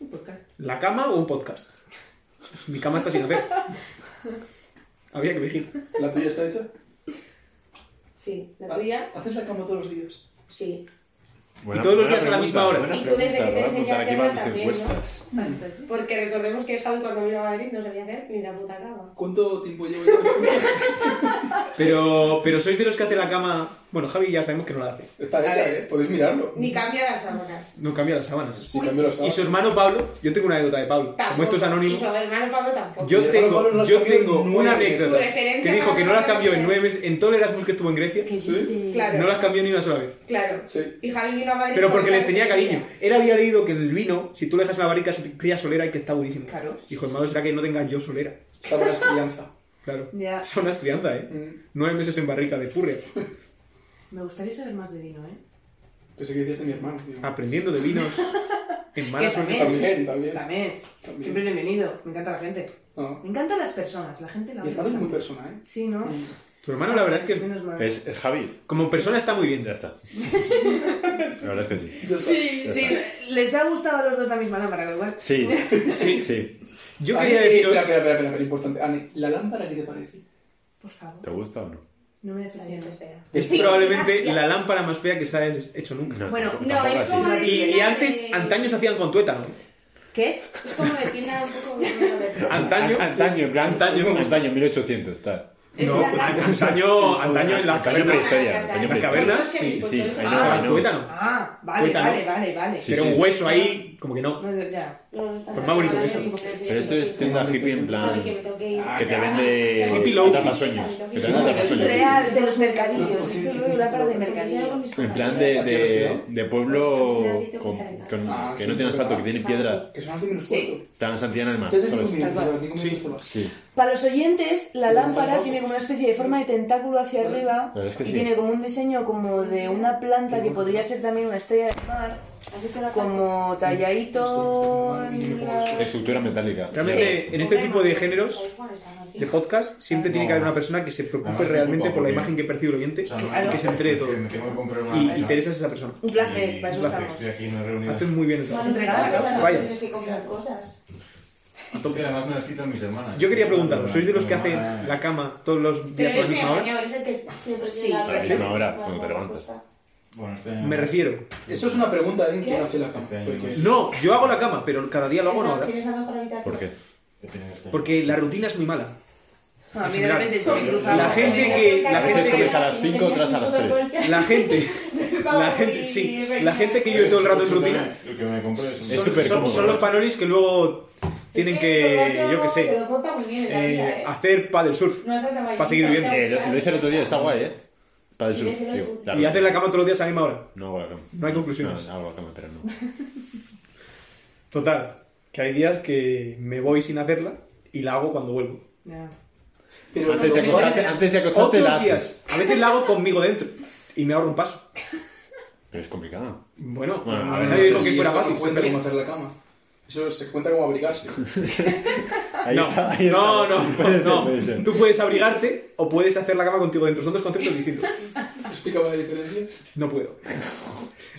Speaker 3: Un podcast.
Speaker 4: ¿La cama o un podcast? Mi cama está sin hacer. Había que elegir.
Speaker 1: ¿La tuya está hecha?
Speaker 5: Sí,
Speaker 2: Ah.
Speaker 5: la tuya,
Speaker 1: ¿Haces la cama todos los días?
Speaker 5: sí.
Speaker 2: Buena-
Speaker 4: todos los
Speaker 2: buena
Speaker 4: días a la misma hora.
Speaker 2: buena
Speaker 5: Y tú desde
Speaker 2: pregunta,
Speaker 5: que te
Speaker 2: lo voy a apuntar
Speaker 5: enseñaste
Speaker 2: aquí para
Speaker 5: a
Speaker 2: mis
Speaker 5: hacer también, ¿no?
Speaker 2: encuestas.
Speaker 1: pues
Speaker 5: Porque recordemos que Javi cuando vino a Madrid no sabía hacer ni la puta cama.
Speaker 1: ¿Cuánto tiempo llevo yo?
Speaker 4: Pero, pero sois de los que hace la cama. Bueno, Javi ya sabemos que no la hace.
Speaker 1: está
Speaker 5: A
Speaker 1: hecha,
Speaker 5: ver.
Speaker 1: ¿eh? Podéis mirarlo.
Speaker 5: Ni cambia las sábanas.
Speaker 4: No cambia las sábanas.
Speaker 1: Si cambio los
Speaker 4: Y su hermano Pablo, yo tengo una anécdota de Pablo. Como esto es
Speaker 5: Y
Speaker 4: anónimo,
Speaker 5: su hermano Pablo tampoco.
Speaker 4: yo
Speaker 1: Mi hermano Pablo no
Speaker 4: tengo,
Speaker 1: las
Speaker 4: yo
Speaker 1: cambió en
Speaker 4: tengo
Speaker 1: nueve
Speaker 4: una
Speaker 1: meses.
Speaker 4: anécdota
Speaker 5: Su referencia
Speaker 4: que dijo que no las
Speaker 5: para
Speaker 4: cambió en
Speaker 5: Grecia.
Speaker 4: nueve meses, en todo el Erasmus que estuvo en Grecia,
Speaker 1: Sí.
Speaker 5: Claro,
Speaker 4: no las cambió ni una sola vez.
Speaker 5: claro.
Speaker 1: Sí.
Speaker 5: Y Javi vino a Madrid.
Speaker 4: Pero porque
Speaker 5: con
Speaker 4: les tenía
Speaker 5: esa
Speaker 4: cariño. Él había leído que el vino, si tú le dejas en la barrica, eso te cría solera y que está buenísimo.
Speaker 3: Claro.
Speaker 4: Dijo, hermano, será que no tenga yo solera.
Speaker 1: Está buena crianza.
Speaker 4: Claro.
Speaker 3: Ya.
Speaker 4: Son las crianzas, ¿eh?
Speaker 1: Mm.
Speaker 4: Nueve meses en barrica de furria.
Speaker 3: Me gustaría saber más de vino, ¿eh?
Speaker 1: Pensé que decías de mi hermano. tío.
Speaker 4: Aprendiendo de vinos. En mala
Speaker 3: Que
Speaker 4: suerte.
Speaker 1: También, también.
Speaker 3: También.
Speaker 1: También.
Speaker 3: Siempre es bienvenido. Me encanta la gente.
Speaker 1: No.
Speaker 3: Me encantan las personas. La gente la
Speaker 1: Mi hermano es muy persona, ¿eh?
Speaker 3: Sí, ¿no?
Speaker 4: Tu hermano, la verdad es que
Speaker 3: Menos mal.
Speaker 2: Es es Javi.
Speaker 4: como persona está muy bien.
Speaker 2: Ya está. La verdad es que sí.
Speaker 1: Ya está.
Speaker 3: Sí, sí. Les ha gustado a los dos la misma lámpara, da igual.
Speaker 2: Sí, sí, sí.
Speaker 4: Yo
Speaker 1: Ani,
Speaker 4: quería
Speaker 1: eh,
Speaker 4: deciros...
Speaker 1: Espera, espera, espera, espera, espera, importante. Ani, ¿la lámpara qué te parece?
Speaker 3: Por favor,
Speaker 2: ¿Te gusta o no?
Speaker 3: no me
Speaker 5: Madrid
Speaker 3: decepciones.
Speaker 5: fea.
Speaker 4: Es probablemente la lámpara más fea que se ha hecho nunca.
Speaker 3: Bueno,
Speaker 2: tampoco-
Speaker 5: no,
Speaker 2: tampoco
Speaker 5: es
Speaker 2: así.
Speaker 5: como
Speaker 4: Y, y antes, antaño se hacían con tuétano.
Speaker 3: ¿Qué?
Speaker 5: Es como de tienda un poco. de-
Speaker 4: Antaño...
Speaker 2: Antaño, en plan,
Speaker 4: Antaño.
Speaker 2: antaño, 1800, está.
Speaker 5: Es
Speaker 4: No,
Speaker 5: la casa.
Speaker 4: antaño, antaño en las
Speaker 2: Antaño
Speaker 4: cavernas.
Speaker 2: prehistoria,
Speaker 5: Las
Speaker 2: antaño prehistoria.
Speaker 4: cavernas,
Speaker 5: que
Speaker 4: sí,
Speaker 5: mis
Speaker 2: sí,
Speaker 5: portones-
Speaker 2: ahí
Speaker 4: Ah,
Speaker 5: Ah,
Speaker 2: no.
Speaker 4: tuétano.
Speaker 3: Ah, vale,
Speaker 4: Cuéntalo.
Speaker 3: vale, vale, vale.
Speaker 2: Sí.
Speaker 4: Pero un hueso ahí, como que no.
Speaker 3: No, ya.
Speaker 5: no, no está
Speaker 4: Pues
Speaker 5: mal.
Speaker 4: más bonito que
Speaker 5: Vale,
Speaker 4: eso.
Speaker 5: sí, sí,
Speaker 2: Pero esto
Speaker 5: sí.
Speaker 2: es tienda hippie en plan...
Speaker 5: Javi, que me tengo que ir.
Speaker 2: Que te vende...
Speaker 4: Hippie lofi.
Speaker 2: Atrapasueños. Que te vende atrapasueños.
Speaker 3: Real, de los mercadillos. Esto es rollo lámpara de mercadillo.
Speaker 2: En plan de, de, de pueblo
Speaker 5: Pues,
Speaker 2: con, con-
Speaker 1: Ah,
Speaker 2: que
Speaker 1: sí,
Speaker 2: no tiene asfalto, que tiene piedra.
Speaker 1: Que son así en el
Speaker 3: Sí.
Speaker 1: puerto.
Speaker 2: En plan Santillana del Mar,
Speaker 1: Ya te digo,
Speaker 2: ¿sabes?
Speaker 1: mira,
Speaker 3: Tal cual.
Speaker 1: digo, mira, esto va.
Speaker 2: Sí.
Speaker 3: Para los oyentes, la lámpara tiene como una especie de forma de tentáculo hacia arriba
Speaker 2: verdad es que
Speaker 3: y
Speaker 2: sí.
Speaker 3: tiene como un diseño como de una planta que podría ser también una estrella de mar,
Speaker 5: Has hecho la
Speaker 3: como talladito en la...
Speaker 2: Estructura metálica.
Speaker 4: Realmente, en este tipo de géneros, de podcast, siempre tiene que haber una persona que se preocupe realmente por la imagen que percibe el oyente
Speaker 6: O sea, no- pues,
Speaker 4: y que se entre de todo.
Speaker 6: que Me tengo que comprar una
Speaker 4: Y
Speaker 6: mesa.
Speaker 4: interesas a esa persona.
Speaker 3: Un placer, para eso
Speaker 6: Y-
Speaker 3: estamos.
Speaker 6: Estoy aquí en una reunión.
Speaker 4: Hacen muy bien el trabajo. Vaya.
Speaker 5: tienes que comprar cosas.
Speaker 6: Es que además me las quitan mis hermanas.
Speaker 4: Yo quería preguntaros, ¿sois de los que hacen
Speaker 6: Ah,
Speaker 4: la cama todos los
Speaker 5: Pero
Speaker 4: días a la
Speaker 5: es mi
Speaker 4: misma hora?
Speaker 5: apañado, es el que siempre
Speaker 3: Sí.
Speaker 5: tiene la
Speaker 3: A
Speaker 2: la
Speaker 5: cosa.
Speaker 2: misma hora, cuando te levantas.
Speaker 6: Bueno, este
Speaker 4: Me refiero.
Speaker 1: Eso es una pregunta de alguien que
Speaker 5: ¿Qué?
Speaker 1: no hace la cama.
Speaker 6: Este año
Speaker 1: Porque-
Speaker 6: no.
Speaker 4: No, yo hago la cama, pero cada día lo hago a una hora.
Speaker 5: Tienes la mejor habitación.
Speaker 2: ¿Por qué?
Speaker 4: Porque la rutina es muy mala.
Speaker 3: Ah, A mí de repente se me cruza...
Speaker 4: La gente que- la
Speaker 2: gente que-
Speaker 5: es
Speaker 2: a las cinco, otras a las tres.
Speaker 4: La gente, la gente, sí, la gente que vive todo el rato en rutina
Speaker 6: Lo que me compré es un-
Speaker 2: Es
Speaker 4: son,
Speaker 2: súper
Speaker 4: son-
Speaker 2: cómodo,
Speaker 4: son los
Speaker 2: macho.
Speaker 4: panolis que luego tienen que, yo qué
Speaker 5: Se
Speaker 4: sé,
Speaker 5: lo monta muy bien en la vida,
Speaker 4: eh,
Speaker 5: eh.
Speaker 4: hacer paddle surf
Speaker 5: No es Santa María,
Speaker 4: para seguir
Speaker 5: es
Speaker 4: viviendo.
Speaker 2: Eh, lo, lo hice el otro día, está guay, ¿eh? Para el sur.
Speaker 5: Tienes el
Speaker 2: Digo,
Speaker 5: otro.
Speaker 2: claro.
Speaker 4: y hacer la cama todos los días a la misma hora.
Speaker 2: No hago la cama.
Speaker 4: No hay conclusiones.
Speaker 2: No, hago la cama, pero no.
Speaker 4: Total, que hay días que me voy sin hacerla y la hago cuando vuelvo.
Speaker 3: Ya.
Speaker 4: Pero
Speaker 2: Antes de
Speaker 3: no, no,
Speaker 2: acostarte,
Speaker 3: no.
Speaker 2: antes de acostarte la
Speaker 4: otros
Speaker 2: haces.
Speaker 4: días, a veces la hago conmigo dentro y me ahorro un paso.
Speaker 2: Pero es complicado.
Speaker 4: Bueno,
Speaker 2: Bueno, a ver,
Speaker 4: nadie dijo que
Speaker 1: Y
Speaker 4: fuera
Speaker 1: eso no
Speaker 4: fácil.
Speaker 1: cuenta como hacer la cama. Eso se cuenta como abrigarse.
Speaker 2: Ahí
Speaker 4: no,
Speaker 2: está, ahí
Speaker 4: no,
Speaker 2: está.
Speaker 4: no,
Speaker 2: Puede ser,
Speaker 4: no.
Speaker 2: puede ser.
Speaker 4: Tú puedes abrigarte o puedes hacer la cama contigo dentro. Son dos conceptos distintos.
Speaker 1: Explícame la diferencia.
Speaker 4: No puedo.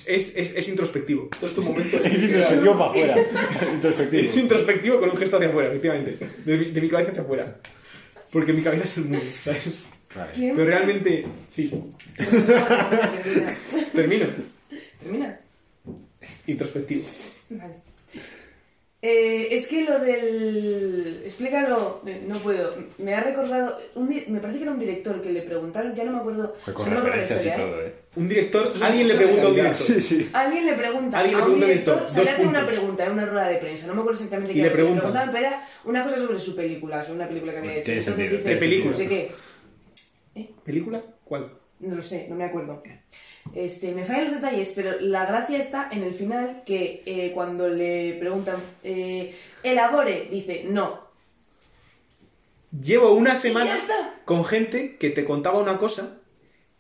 Speaker 4: Es, es, es introspectivo.
Speaker 1: Esto es tu momento.
Speaker 2: Es introspectivo para afuera. Es introspectivo.
Speaker 4: Es introspectivo con un gesto hacia afuera, efectivamente. De, mi- de mi cabeza hacia afuera. Porque mi cabeza es el mundo, ¿sabes?
Speaker 2: Vale.
Speaker 3: ¿Quién?
Speaker 4: Pero realmente, sí,
Speaker 3: Termina.
Speaker 4: termino.
Speaker 3: Termina.
Speaker 4: Introspectivo.
Speaker 3: Vale. Eh, es que lo del... Explícalo, eh, no puedo. Me ha recordado... un di- Me parece que era un director que le preguntaron, ya no me acuerdo...
Speaker 2: Fue con
Speaker 3: no me acuerdo la
Speaker 2: referencias y
Speaker 3: historia, ¿eh?
Speaker 2: todo, ¿eh?
Speaker 4: Un director, alguien le pregunta a un director.
Speaker 2: sí.
Speaker 3: Alguien le pregunta
Speaker 4: Alguien le
Speaker 3: a un
Speaker 4: pregunta al
Speaker 3: director,
Speaker 4: director,
Speaker 3: se le
Speaker 4: dos
Speaker 3: hace una
Speaker 4: puntos.
Speaker 3: pregunta en una rueda de prensa, no me acuerdo exactamente
Speaker 4: Y
Speaker 3: qué
Speaker 4: le
Speaker 3: era,
Speaker 4: preguntan.
Speaker 3: preguntaban, pero era una cosa sobre su película, sobre una película que había hecho.
Speaker 2: Tiene
Speaker 3: Entonces
Speaker 2: sentido,
Speaker 3: dice,
Speaker 2: tiene
Speaker 4: De película.
Speaker 3: No sé qué,
Speaker 4: ¿Película? ¿Cuál?
Speaker 3: no lo sé, no me acuerdo. Este, me fallan los detalles, pero la gracia está en el final que eh, cuando le preguntan, eh, elabore, dice, no.
Speaker 4: Llevo una
Speaker 3: Y ya
Speaker 4: semana
Speaker 3: está.
Speaker 4: con gente que te contaba una cosa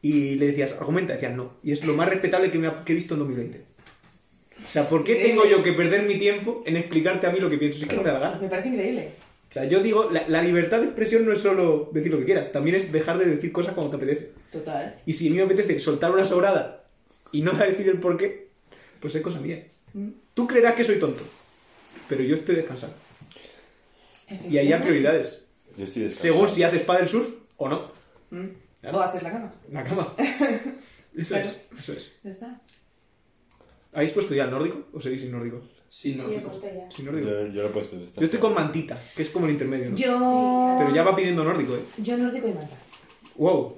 Speaker 4: y le decías, argumenta, decían no. Y es lo más respetable que, me ha- que he visto en 2020. O sea, ¿por qué
Speaker 3: Bien.
Speaker 4: tengo yo que perder mi tiempo en explicarte a mí lo que pienso? Si es que no me da la gana.
Speaker 3: Me parece increíble.
Speaker 4: O sea, yo digo, la, la libertad de expresión no es solo decir lo que quieras, también es dejar de decir cosas cuando te apetece.
Speaker 3: Total.
Speaker 4: Y si a mí me apetece soltar una sobrada y no decir el por qué, pues es cosa mía.
Speaker 3: Mm.
Speaker 4: Tú creerás que soy tonto, pero yo estoy descansando. Y ahí hay prioridades.
Speaker 2: Yo estoy descansado.
Speaker 4: Según si haces paddle surf o no.
Speaker 3: Mm.
Speaker 4: Claro.
Speaker 3: O haces la cama.
Speaker 4: La cama. Eso
Speaker 3: Claro.
Speaker 4: es, eso es.
Speaker 3: Ya está.
Speaker 4: ¿Habéis puesto ya el nórdico o seguís sin nórdico?
Speaker 1: Sí, no.
Speaker 5: Y he puesto ya.
Speaker 4: Sin nórdico.
Speaker 2: Yo, yo lo he puesto. está.
Speaker 4: Yo estoy con mantita, que es como el intermedio, ¿no?
Speaker 3: Yo...
Speaker 4: Pero ya va pidiendo nórdico, ¿eh?
Speaker 3: Yo no os digo y mata.
Speaker 4: ¡Wow!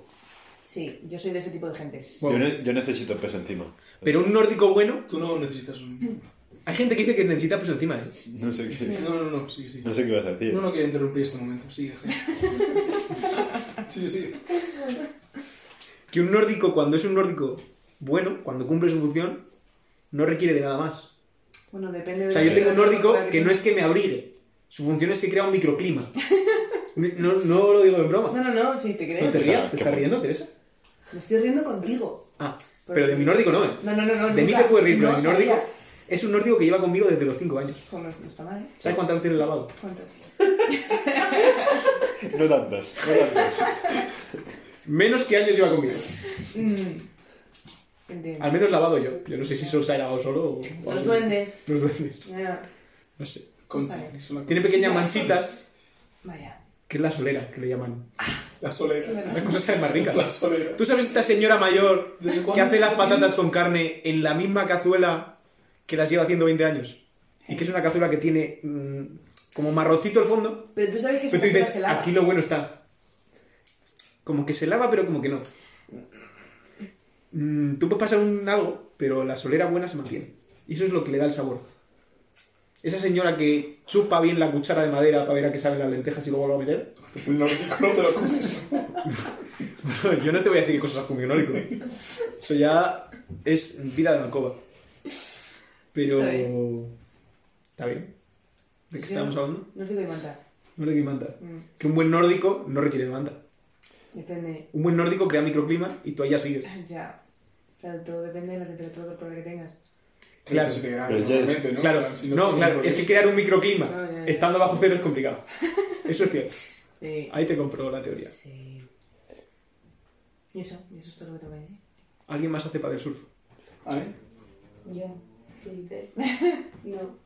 Speaker 3: Sí, yo soy de ese tipo de gente.
Speaker 4: wow.
Speaker 2: Yo, ne- yo necesito peso encima.
Speaker 4: Pero un nórdico bueno,
Speaker 1: Tú no necesitas un...
Speaker 4: hay gente que dice que necesita peso encima, ¿eh?
Speaker 2: No sé qué,
Speaker 1: No, no, no, sí, sí.
Speaker 2: no sé qué ibas a decir.
Speaker 1: No, no quiero interrumpir este momento. Sigue, gente. Sigue, sigue.
Speaker 4: Que un nórdico, cuando es un nórdico bueno, cuando cumple su función, no requiere de nada más.
Speaker 3: Bueno, depende de...
Speaker 4: O sea, yo tengo un nórdico que no es que me abrigue. Su función es que crea un microclima. No, no lo digo en broma.
Speaker 3: No, no, no, sí, te creo.
Speaker 4: ¿No te
Speaker 2: O sea,
Speaker 4: rías? ¿Te
Speaker 2: que
Speaker 4: estás
Speaker 2: fue-
Speaker 4: riendo, Teresa?
Speaker 3: Me estoy riendo contigo.
Speaker 4: Ah, pero de mi nórdico no, ¿eh?
Speaker 3: No, no, no, no.
Speaker 4: De mí
Speaker 3: nunca.
Speaker 4: te puedes reír, pero
Speaker 3: No
Speaker 4: mi nórdico
Speaker 3: sabía.
Speaker 4: es un nórdico que lleva conmigo desde los 5 años.
Speaker 3: Joder, no está mal, ¿eh?
Speaker 4: ¿Sabes cuántas veces lo he lavado?
Speaker 3: ¿Cuántos?
Speaker 2: No tantas, no tantas.
Speaker 4: Menos que años lleva conmigo.
Speaker 3: Mm. Entiendo.
Speaker 4: Al menos lavado yo. Yo no sé si solo se ha lavado solo o... o
Speaker 3: Los
Speaker 4: algo.
Speaker 3: duendes.
Speaker 4: Los duendes.
Speaker 3: Ya.
Speaker 4: No sé.
Speaker 1: Concha, que es una-
Speaker 4: Tiene pequeñas manchitas,
Speaker 3: Vaya.
Speaker 4: que es la solera, que le llaman.
Speaker 1: La solera.
Speaker 4: Las cosas saben más ricas.
Speaker 1: La solera.
Speaker 4: ¿Tú sabes esta señora mayor
Speaker 1: ¿Desde
Speaker 4: que
Speaker 1: cuándo
Speaker 4: hace las
Speaker 1: tienes?
Speaker 4: patatas con carne en la misma cazuela que las lleva haciendo 20 años? Y que es una cazuela que tiene mm, como marroncito el fondo.
Speaker 3: Pero tú sabes que
Speaker 4: Pero
Speaker 3: esa
Speaker 4: tú
Speaker 3: cazuela
Speaker 4: dices,
Speaker 3: se lava.
Speaker 4: aquí lo bueno está. Como que se lava, pero como que no. Mm, tú puedes pasar un algo, pero la solera buena se mantiene. Y eso es lo que le da el sabor. Esa señora que chupa bien la cuchara de madera para ver a qué saben las lentejas y luego lo va a meter.
Speaker 1: El nórdico no te lo comes.
Speaker 4: Yo no te voy a decir qué cosas con mi nórdico. Eso ya es vida de alcoba. Pero.
Speaker 3: Está
Speaker 4: ¿Está bien? ¿De qué
Speaker 3: Sí,
Speaker 4: estábamos
Speaker 3: ¿no?
Speaker 4: hablando?
Speaker 3: Nórdico y manta.
Speaker 4: Nórdico y manta.
Speaker 3: Mm.
Speaker 4: Que un buen nórdico no requiere de manta.
Speaker 3: Depende.
Speaker 4: Un buen nórdico crea microclima y tú allá sigues.
Speaker 3: Ya. Claro, todo depende de la temperatura corporal que tengas.
Speaker 4: Claro.
Speaker 1: 37
Speaker 2: Pero ya
Speaker 1: grados,
Speaker 2: es-
Speaker 1: normalmente, ¿no?
Speaker 4: claro,
Speaker 1: Si
Speaker 4: no,
Speaker 1: te-
Speaker 4: claro. Es que crear un microclima
Speaker 3: No, ya, ya.
Speaker 4: estando bajo cero es complicado. Eso es cierto.
Speaker 3: Sí.
Speaker 4: Ahí te compro la teoría.
Speaker 3: Sí. Y eso, y eso es todo lo que toca, ¿eh?
Speaker 4: ¿Alguien más hace del surf?
Speaker 1: A ver.
Speaker 5: Yo. Felipe. No.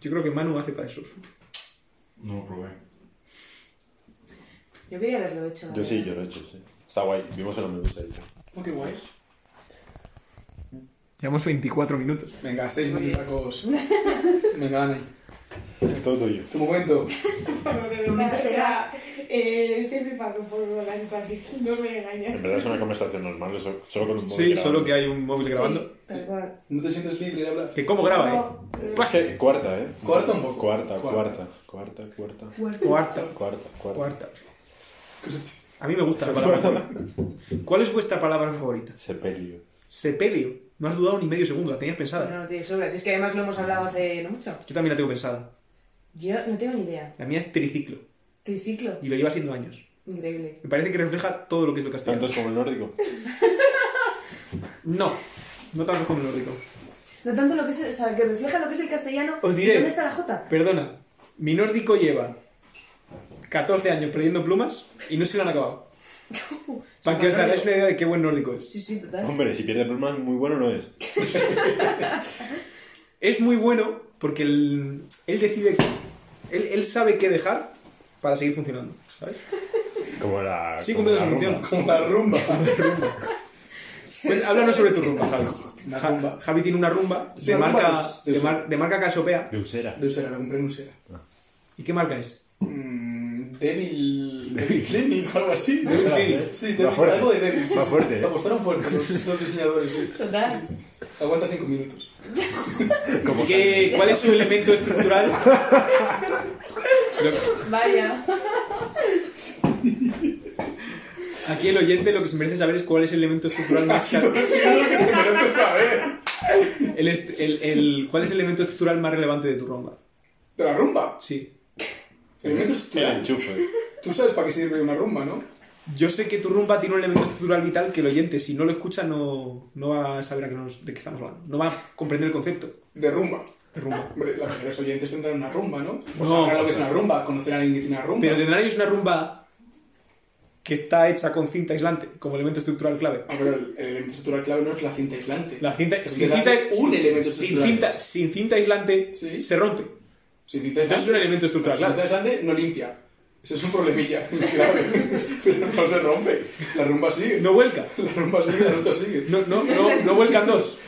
Speaker 4: Yo creo que Manu hace del surf.
Speaker 6: No lo probé.
Speaker 3: Yo quería haberlo hecho.
Speaker 2: Yo
Speaker 3: ¿eh?
Speaker 2: sí, yo lo he hecho, sí. Está guay. Vimos en los me gusta. dice.
Speaker 1: Oh, qué guay.
Speaker 4: Llevamos 24 minutos.
Speaker 1: Venga, seis minutacos. Venga, Ana.
Speaker 2: Todo tuyo.
Speaker 1: Tu momento.
Speaker 5: O sea, eh, estoy flipando por la situación. No me
Speaker 2: En
Speaker 5: engañes.
Speaker 2: verdad es una conversación normal, eso- solo con un móvil
Speaker 4: Sí,
Speaker 2: grabando.
Speaker 4: solo que hay un móvil grabando.
Speaker 3: Tal cual.
Speaker 1: No te sientes libre de hablar.
Speaker 4: Que cómo graba, eh.
Speaker 5: No.
Speaker 2: Es que cuarta, ¿eh?
Speaker 1: Cuarta un poco.
Speaker 2: Cuarta,
Speaker 1: Cuarta.
Speaker 2: cuarta, cuarta, cuarta,
Speaker 4: Cuarta.
Speaker 2: cuarta, cuarta.
Speaker 4: Cuarta. A mí me gusta la palabra favorita. ¿Cuál es vuestra palabra favorita?
Speaker 2: Sepelio.
Speaker 4: Sepelio. No has dudado ni medio segundo, la tenías pensada.
Speaker 3: No, no tiene sobras. Es que además lo hemos hablado hace no mucho.
Speaker 4: Yo también la tengo pensada.
Speaker 3: Yo no tengo ni idea.
Speaker 4: La mía es triciclo.
Speaker 3: Triciclo.
Speaker 4: Y lo lleva siendo años.
Speaker 3: Increíble.
Speaker 4: Me parece que refleja todo lo que es el castellano.
Speaker 1: Tanto es como el nórdico.
Speaker 4: No, no tanto como el nórdico.
Speaker 3: No tanto lo que es, o sea, que refleja lo que es el castellano.
Speaker 4: Os diré.
Speaker 3: ¿Y ¿Dónde está la J?
Speaker 4: Perdona, mi nórdico lleva 14 años perdiendo plumas y no se lo han acabado. Para que os hagáis una idea de qué buen nórdico es.
Speaker 3: Sí, sí, total.
Speaker 2: Hombre, si pierde plumas, muy bueno no es.
Speaker 4: Es muy bueno porque él, él decide, él, él sabe qué dejar para seguir funcionando, ¿sabes?
Speaker 2: Como la.
Speaker 4: Sí,
Speaker 2: como
Speaker 4: cumple
Speaker 2: la
Speaker 4: su función.
Speaker 2: rumba.
Speaker 1: Como la rumba.
Speaker 4: Cuen- Háblanos sobre tu rumba, Javi. Ja- Javi tiene una rumba
Speaker 1: Es
Speaker 4: de
Speaker 1: una rumba
Speaker 4: marca,
Speaker 1: de-
Speaker 4: de,
Speaker 1: de
Speaker 4: mar- de marca Casopea.
Speaker 2: De usera.
Speaker 1: De Usera, la compré en Usera.
Speaker 4: ¿Y qué marca es?
Speaker 1: Mm, Devil. Devil Clinic o algo así.
Speaker 4: Clinic.
Speaker 1: Sí, Devil,
Speaker 2: Va fuerte.
Speaker 1: algo de Devil. sí,
Speaker 2: Va
Speaker 1: sí.
Speaker 2: fuerte, eh.
Speaker 1: Apostaron fuerte los, los diseñadores, sí.
Speaker 3: Total.
Speaker 1: Aguanta 5 minutos.
Speaker 2: Como
Speaker 4: ¿Y qué- ¿Cuál es su elemento estructural?
Speaker 3: Vaya.
Speaker 4: Aquí el oyente lo que se merece saber es cuál es el elemento estructural más caro.
Speaker 1: Mira lo que se merece saber.
Speaker 4: El est- el- el- ¿Cuál es el elemento estructural más relevante de tu rumba?
Speaker 1: De la rumba.
Speaker 4: Sí.
Speaker 1: Elemento
Speaker 2: El
Speaker 1: estructural.
Speaker 2: enchufe.
Speaker 1: Tú sabes para qué sirve una rumba, ¿no?
Speaker 4: Yo sé que tu rumba tiene un elemento estructural vital que el oyente, si no lo escucha, no, no va a saber a qué nos- de qué estamos hablando. No va a comprender el concepto
Speaker 1: De rumba.
Speaker 4: de rumba.
Speaker 1: Hombre, la mayoría de los oyentes tendrán una rumba, ¿no? O
Speaker 4: No,
Speaker 1: sabrán lo que es
Speaker 4: o sea,
Speaker 1: una rumba, conocerán a alguien que tiene una rumba.
Speaker 4: Pero tendrán ellos una rumba que está hecha con cinta aislante como elemento estructural clave.
Speaker 1: Ah, pero el, el elemento estructural clave no es la cinta aislante.
Speaker 4: La cinta,
Speaker 1: Porque
Speaker 4: sin,
Speaker 1: da
Speaker 4: cinta,
Speaker 1: un elemento
Speaker 4: sin,
Speaker 1: estructural.
Speaker 4: cinta, sin cinta aislante
Speaker 1: Sí.
Speaker 4: se rompe.
Speaker 1: Sin cinta aislante.
Speaker 4: Entonces es un elemento estructural
Speaker 1: Sin cinta
Speaker 4: clave.
Speaker 1: aislante no limpia. Ese es un problemilla grave. pero no se rompe. La rumba sigue.
Speaker 4: No vuelca.
Speaker 1: La rumba sigue, la lucha sigue.
Speaker 4: No, no, no, no vuelcan dos.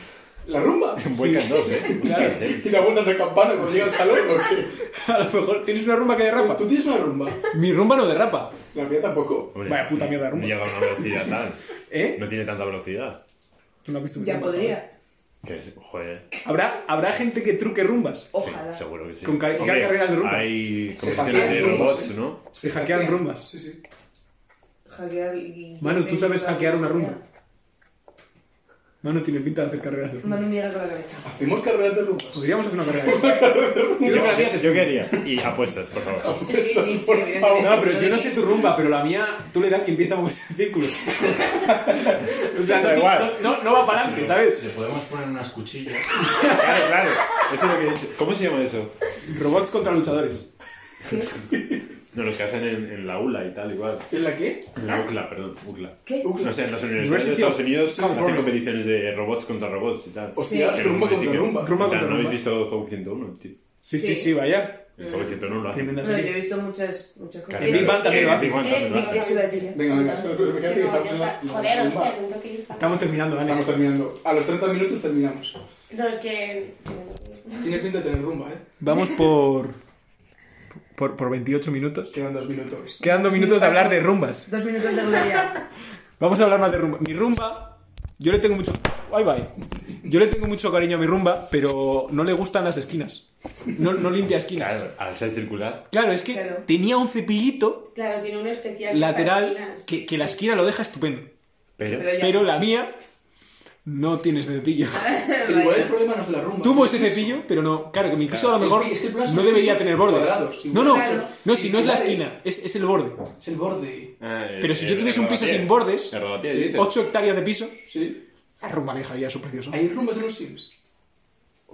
Speaker 1: La rumba.
Speaker 2: Vuelcan dos, ¿eh?
Speaker 4: Claro.
Speaker 2: Hostia, ¿eh?
Speaker 1: Y la vuelta de campana cuando llega al salón. ¿o qué?
Speaker 4: A lo mejor tienes una rumba que derrapa.
Speaker 1: ¿Tú tienes una rumba?
Speaker 4: Mi rumba no derrapa.
Speaker 1: La mía tampoco.
Speaker 2: Hombre,
Speaker 4: Vaya puta mierda de rumba.
Speaker 2: No llega a una velocidad tal.
Speaker 4: ¿Eh?
Speaker 2: No tiene tanta velocidad.
Speaker 4: Tú no has visto mi
Speaker 3: Ya
Speaker 4: rumba, chaval.
Speaker 3: podría.
Speaker 2: Que es, joder. sí,
Speaker 4: ¿Habrá, habrá gente que truque rumbas.
Speaker 3: Ojalá.
Speaker 2: seguro que sí.
Speaker 4: Con ca-
Speaker 2: Hombre,
Speaker 4: carreras de rumba.
Speaker 2: Hay
Speaker 1: hackean
Speaker 2: competiciones de
Speaker 1: rumbas,
Speaker 2: robots,
Speaker 1: ¿eh?
Speaker 2: ¿no?
Speaker 4: Se hackean rumbas.
Speaker 1: Sí, sí.
Speaker 3: Hackear y...
Speaker 4: Manu, ¿tú sabes hackear una rumba? Mano, tiene pinta de hacer carreras de rumba.
Speaker 3: Manu niega con la cabeza.
Speaker 1: Hacemos carreras de rumba.
Speaker 4: Podríamos hacer una carrera de rumba.
Speaker 2: Yo, yo quería. Y apuestas, por favor.
Speaker 3: Sí, sí, sí. evidentemente.
Speaker 4: No, pero yo no sé tu rumba, pero la mía, tú le das y empieza a moverse en círculos. o sea, no,
Speaker 2: Da
Speaker 4: ti-
Speaker 2: igual.
Speaker 4: no, no- no va para adelante, ¿sabes?
Speaker 6: Le podemos poner unas cuchillas.
Speaker 2: Claro, claro. Eso es lo que he dicho. ¿Cómo se llama eso?
Speaker 4: Robots contra luchadores.
Speaker 2: No, los que hacen en, en la ULA y tal, igual.
Speaker 1: ¿En la qué?
Speaker 2: En la UCLA, perdón, UCLA.
Speaker 3: ¿Qué?
Speaker 2: No sé, en las universidades
Speaker 4: University
Speaker 2: de
Speaker 4: of
Speaker 2: Estados Unidos hacen
Speaker 4: California.
Speaker 2: competiciones de robots contra robots y tal.
Speaker 1: Hostia,
Speaker 2: En un
Speaker 1: rumba contra
Speaker 2: municipio.
Speaker 1: rumba.
Speaker 4: Rumba
Speaker 2: Ya,
Speaker 4: contra
Speaker 2: ¿No
Speaker 4: rumba. Mm.
Speaker 2: habéis visto Hawk 101, tío?
Speaker 4: Sí, sí, sí,
Speaker 3: Sí.
Speaker 4: vaya.
Speaker 2: El Hawk 101 lo hacen.
Speaker 4: Tremenda
Speaker 3: Pero yo he
Speaker 4: serie.
Speaker 3: visto muchas, muchas cosas.
Speaker 4: En Big Bang también lo
Speaker 2: Eh,
Speaker 4: hacen.
Speaker 2: Big Bang
Speaker 3: Eh,
Speaker 2: también lo hacen.
Speaker 3: eso iba a decir yo.
Speaker 1: Venga, venga, espera, espera, espera, que
Speaker 5: No, ya
Speaker 1: estamos en
Speaker 5: está.
Speaker 1: la- la
Speaker 5: Joder,
Speaker 1: rumba.
Speaker 5: hostia, tengo que ir para-
Speaker 4: Estamos terminando, Dani.
Speaker 1: Estamos terminando. A los 30 minutos terminamos.
Speaker 5: No, es que.
Speaker 1: Tiene pinta de tener rumba, ¿eh?
Speaker 4: Vamos por, por, por 28 minutos.
Speaker 1: Quedan dos minutos.
Speaker 4: Quedan dos minutos de hablar de rumbas.
Speaker 3: Dos minutos de gloria.
Speaker 4: Vamos a hablar más de rumba. Mi rumba, yo le tengo mucho. Bye bye. Yo le tengo mucho cariño a mi rumba, pero no le gustan las esquinas. No, no limpia esquinas. Claro,
Speaker 2: Claro, al ser circular.
Speaker 4: es que
Speaker 3: Claro.
Speaker 4: tenía un cepillito
Speaker 5: Claro, tiene un especial.
Speaker 4: lateral que, que la esquina lo deja estupendo.
Speaker 2: Pero.
Speaker 3: Pero ya.
Speaker 4: Pero la mía no tiene ese cepillo.
Speaker 1: Pero igual el problema no es la rumba.
Speaker 4: Tuvo ese cepillo, pero no. Claro, que mi piso a lo mejor
Speaker 1: Es que el problema
Speaker 4: no
Speaker 1: son
Speaker 4: debería
Speaker 1: pisos
Speaker 4: tener bordes.
Speaker 1: cuadrados,
Speaker 4: No, no,
Speaker 1: igual.
Speaker 4: no, si no es la
Speaker 1: Circulares.
Speaker 4: esquina, es, es el borde.
Speaker 1: Es el borde.
Speaker 2: Ah, el-
Speaker 4: Pero si
Speaker 2: el
Speaker 4: yo tuviese un piso
Speaker 2: rodapié.
Speaker 4: sin bordes,
Speaker 2: El rodapié,
Speaker 1: Sí.
Speaker 2: dices.
Speaker 4: 8 hectáreas de piso,
Speaker 1: Sí.
Speaker 4: la rumba deja ya su precioso.
Speaker 1: ¿Hay rumbas en los Sims?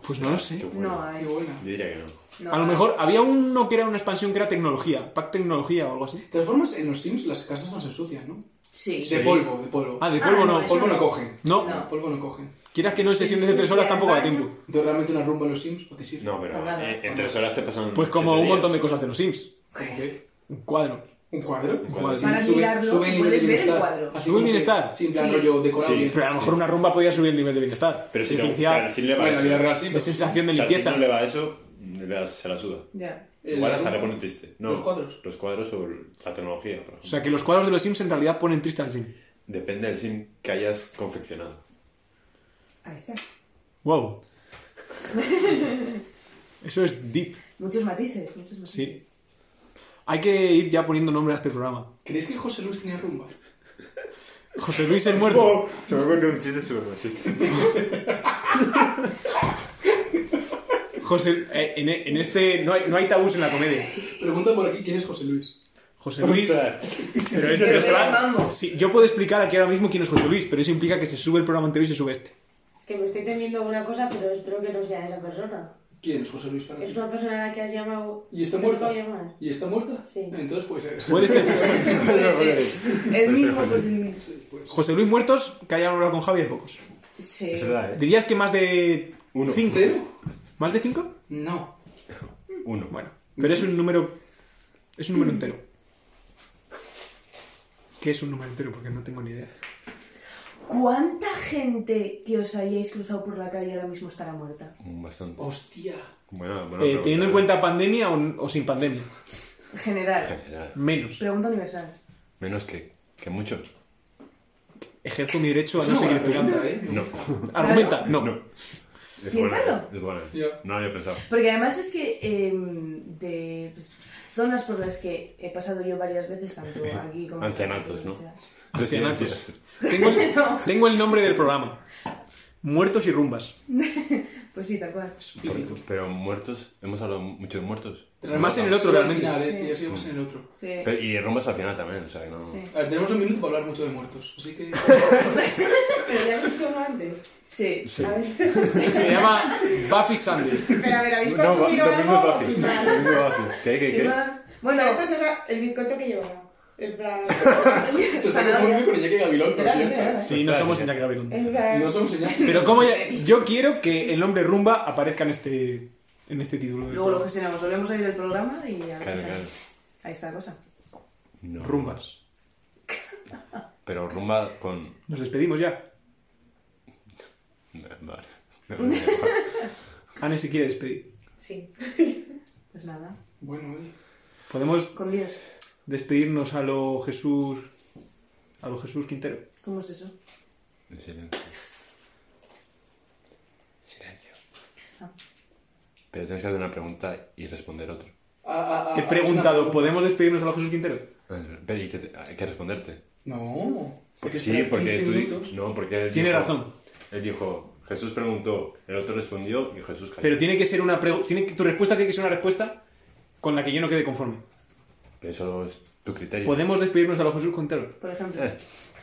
Speaker 4: Pues no lo sé.
Speaker 2: Qué bueno.
Speaker 3: No eh. Pues
Speaker 1: Qué
Speaker 3: hay.
Speaker 1: buena.
Speaker 2: Yo diría que no.
Speaker 3: no
Speaker 4: A lo
Speaker 3: hay.
Speaker 4: mejor había uno que era una expansión que era tecnología, pack tecnología o algo así.
Speaker 1: Transformas en los Sims las casas no se ensucian, ¿no?
Speaker 3: Sí.
Speaker 1: De polvo, de polvo.
Speaker 4: Ah, de
Speaker 3: Ah,
Speaker 4: polvo no.
Speaker 3: eso
Speaker 1: polvo no cogen.
Speaker 4: No,
Speaker 3: No.
Speaker 1: Polvo no cogen.
Speaker 4: quieras que no, sesiones de tres horas tampoco da tiempo.
Speaker 1: Entonces realmente una rumba en los Sims, ¿para qué sirve?
Speaker 2: No, pero
Speaker 3: Pues nada.
Speaker 2: eh, en tres horas te pasan.
Speaker 4: Pues como un montón de cosas de los Sims.
Speaker 1: ¿Cómo que?
Speaker 4: Un cuadro.
Speaker 1: ¿Un cuadro?
Speaker 2: Un cuadro.
Speaker 1: Sí,
Speaker 3: Para
Speaker 1: sube-
Speaker 3: mirarlo,
Speaker 1: sube el nivel
Speaker 3: puedes
Speaker 1: de
Speaker 3: ver el
Speaker 1: bienestar.
Speaker 3: cuadro.
Speaker 1: Así
Speaker 4: Sube el
Speaker 1: como que-
Speaker 4: bienestar.
Speaker 1: Sí, en plan
Speaker 3: Sí.
Speaker 1: rollo decorado
Speaker 2: Sí,
Speaker 1: bien.
Speaker 4: Pero a lo mejor una rumba podía subir el nivel de bienestar.
Speaker 2: Pero si no,
Speaker 4: de
Speaker 2: o sea,
Speaker 4: felicidad,
Speaker 2: si le va
Speaker 1: Bueno,
Speaker 2: eso.
Speaker 1: la vida real sí,
Speaker 4: de
Speaker 1: pero-
Speaker 4: sensación de
Speaker 2: O sea,
Speaker 4: limpieza.
Speaker 2: si no le va eso, le das- se la suda.
Speaker 3: Ya.
Speaker 1: Eh,
Speaker 2: Igual
Speaker 1: la
Speaker 2: hasta le
Speaker 1: rumba.
Speaker 2: ponen triste. No,
Speaker 1: Los cuadros.
Speaker 2: Los cuadros o la tecnología, por ejemplo.
Speaker 4: O sea, que los cuadros de los Sims en realidad ponen triste al Sim.
Speaker 2: Depende del sim que hayas confeccionado.
Speaker 3: Ahí está.
Speaker 4: Wow. Eso es deep.
Speaker 3: Muchos matices. Muchos matices.
Speaker 4: Sí. Hay que ir ya poniendo nombre a este programa.
Speaker 1: ¿Creéis que José Luis tenía rumba?
Speaker 4: José Luis el muerto.
Speaker 2: Oh, Se me ocurre un chiste súper racista.
Speaker 4: José, eh, en, en este no hay, no hay tabús en la comedia.
Speaker 1: Pregunta por aquí quién es José Luis.
Speaker 4: José Luis. Pero es,
Speaker 3: Pero
Speaker 4: pero se
Speaker 3: era
Speaker 4: va-
Speaker 3: mambo.
Speaker 4: sí, yo puedo explicar aquí ahora mismo quién es José Luis, pero eso implica que se sube el programa anterior y se sube este.
Speaker 5: Es que me estoy temiendo una cosa, pero espero que no sea esa persona.
Speaker 1: ¿Quién es José Luis para ti?
Speaker 5: Es una persona a la que has llamado.
Speaker 1: ¿Y está
Speaker 5: te acabo
Speaker 1: muerta?
Speaker 5: de llamar.
Speaker 1: ¿Y está muerta?
Speaker 5: Sí.
Speaker 1: Entonces pues, puede ser.
Speaker 4: Puede ser
Speaker 2: eh.
Speaker 3: El mismo, pues. mm,
Speaker 1: Sí, puede ser.
Speaker 4: José Luis muertos, que hayan hablado con Javi hay pocos.
Speaker 3: Sí.
Speaker 2: Es verdad, ¿eh?
Speaker 4: ¿Dirías que más de
Speaker 2: Uno.
Speaker 4: cinco?
Speaker 1: ¿Cero?
Speaker 4: ¿Más de cinco?
Speaker 1: No.
Speaker 2: Uno.
Speaker 4: Bueno, pero es un número. Es un número entero. ¿Qué es un número entero? Porque no tengo ni idea.
Speaker 3: ¿Cuánta gente que os hayáis cruzado por la calle ahora mismo estará muerta?
Speaker 2: Bastante.
Speaker 1: Hostia.
Speaker 2: Bueno, bueno.
Speaker 4: Eh, teniendo en cuenta pandemia o, o sin pandemia.
Speaker 3: General.
Speaker 2: General.
Speaker 4: Menos.
Speaker 3: Pregunta universal.
Speaker 2: Menos que, que muchos.
Speaker 4: Ejerzo mi derecho a
Speaker 1: Es
Speaker 4: no
Speaker 1: una
Speaker 4: seguir
Speaker 1: buena
Speaker 4: explicando.
Speaker 1: pregunta, ¿eh?
Speaker 2: No.
Speaker 4: Argumenta, no.
Speaker 2: Es
Speaker 3: Piénsalo.
Speaker 2: buena. Es buena.
Speaker 1: Ya.
Speaker 2: No lo había pensado.
Speaker 3: Porque además es que em, de pues, zonas por las que he pasado yo varias veces, tanto aquí como...
Speaker 2: Ancianatos, ¿no?
Speaker 4: Ancianatos.
Speaker 2: Residencias.
Speaker 4: Tengo el, tengo el nombre del programa. Muertos y rumbas.
Speaker 3: Pues sí, tal cual.
Speaker 1: Explícito.
Speaker 4: pues,
Speaker 2: Pero muertos, hemos hablado mucho de muertos.
Speaker 4: Más en el otro,
Speaker 1: Solo al
Speaker 4: realmente.
Speaker 1: final, ¿eh? Sí,
Speaker 3: Sí.
Speaker 1: así vamos en el otro.
Speaker 3: Sí.
Speaker 2: Pero- y rumbas al final también, o sea que no.
Speaker 3: Sí.
Speaker 1: A ver, tenemos un minuto para hablar mucho de muertos, así que...
Speaker 5: Pero ya habéis hecho uno antes.
Speaker 3: Sí.
Speaker 2: Sí.
Speaker 5: A ver.
Speaker 4: Se llama Buffy Sunday.
Speaker 5: Pero a ver, ¿habéis
Speaker 2: No, va-
Speaker 5: consumido
Speaker 2: domingo es
Speaker 5: algo o
Speaker 2: fácil.
Speaker 5: sin más?
Speaker 2: Domingo es fácil. ¿Qué, qué,
Speaker 3: Sí,
Speaker 2: qué?
Speaker 3: va.
Speaker 5: O
Speaker 3: Bueno,
Speaker 5: sea, esto es otra- el bizcocho que llevaba. En plan.
Speaker 3: este
Speaker 1: Se está confundiendo con Iñaki Gabilón, pero ya está.
Speaker 4: Sí, no somos Iñaki Gabilondo.
Speaker 5: En plan.
Speaker 1: No somos Iñaki.
Speaker 4: Pero como ya- yo quiero que el nombre rumba aparezca en este, en este título. del
Speaker 3: luego lo
Speaker 4: programa.
Speaker 3: gestionamos, volvemos a ir al programa y ya
Speaker 2: Claro,
Speaker 3: pues, ahí-
Speaker 2: claro.
Speaker 3: ahí está la cosa.
Speaker 2: No.
Speaker 4: Rumbas.
Speaker 2: Pero rumba con.
Speaker 4: Nos despedimos ya.
Speaker 2: Vale.
Speaker 4: Anne se quiere despedir.
Speaker 5: Sí.
Speaker 3: Pues nada,
Speaker 1: Bueno, oye.
Speaker 4: Podemos
Speaker 3: con Dios.
Speaker 4: despedirnos a lo Jesús. A lo Jesús Quintero.
Speaker 3: ¿Cómo es eso?
Speaker 2: En silencio. Silencio.
Speaker 3: Ah.
Speaker 2: Pero tienes que hacer una pregunta y responder otra.
Speaker 1: Ah, ah, ah,
Speaker 4: He
Speaker 1: ah,
Speaker 4: preguntado,
Speaker 1: una-
Speaker 4: ¿podemos despedirnos a lo Jesús Quintero?
Speaker 2: Pero y que te- hay que responderte.
Speaker 1: No.
Speaker 2: Porque
Speaker 1: Porque
Speaker 2: sí, porque tú. di-
Speaker 1: minutos.
Speaker 2: No, porque. él
Speaker 4: Tiene
Speaker 2: dijo-
Speaker 4: razón.
Speaker 2: Él dijo, Jesús preguntó, el otro respondió y Jesús cayó.
Speaker 4: Pero tiene que ser una pregu- tiene que- tu respuesta tiene que ser una respuesta con la que yo no quede conforme.
Speaker 2: Eso es tu criterio.
Speaker 4: ¿Podemos despedirnos a lo Jesús Quintero?
Speaker 3: Por ejemplo.
Speaker 2: Eh,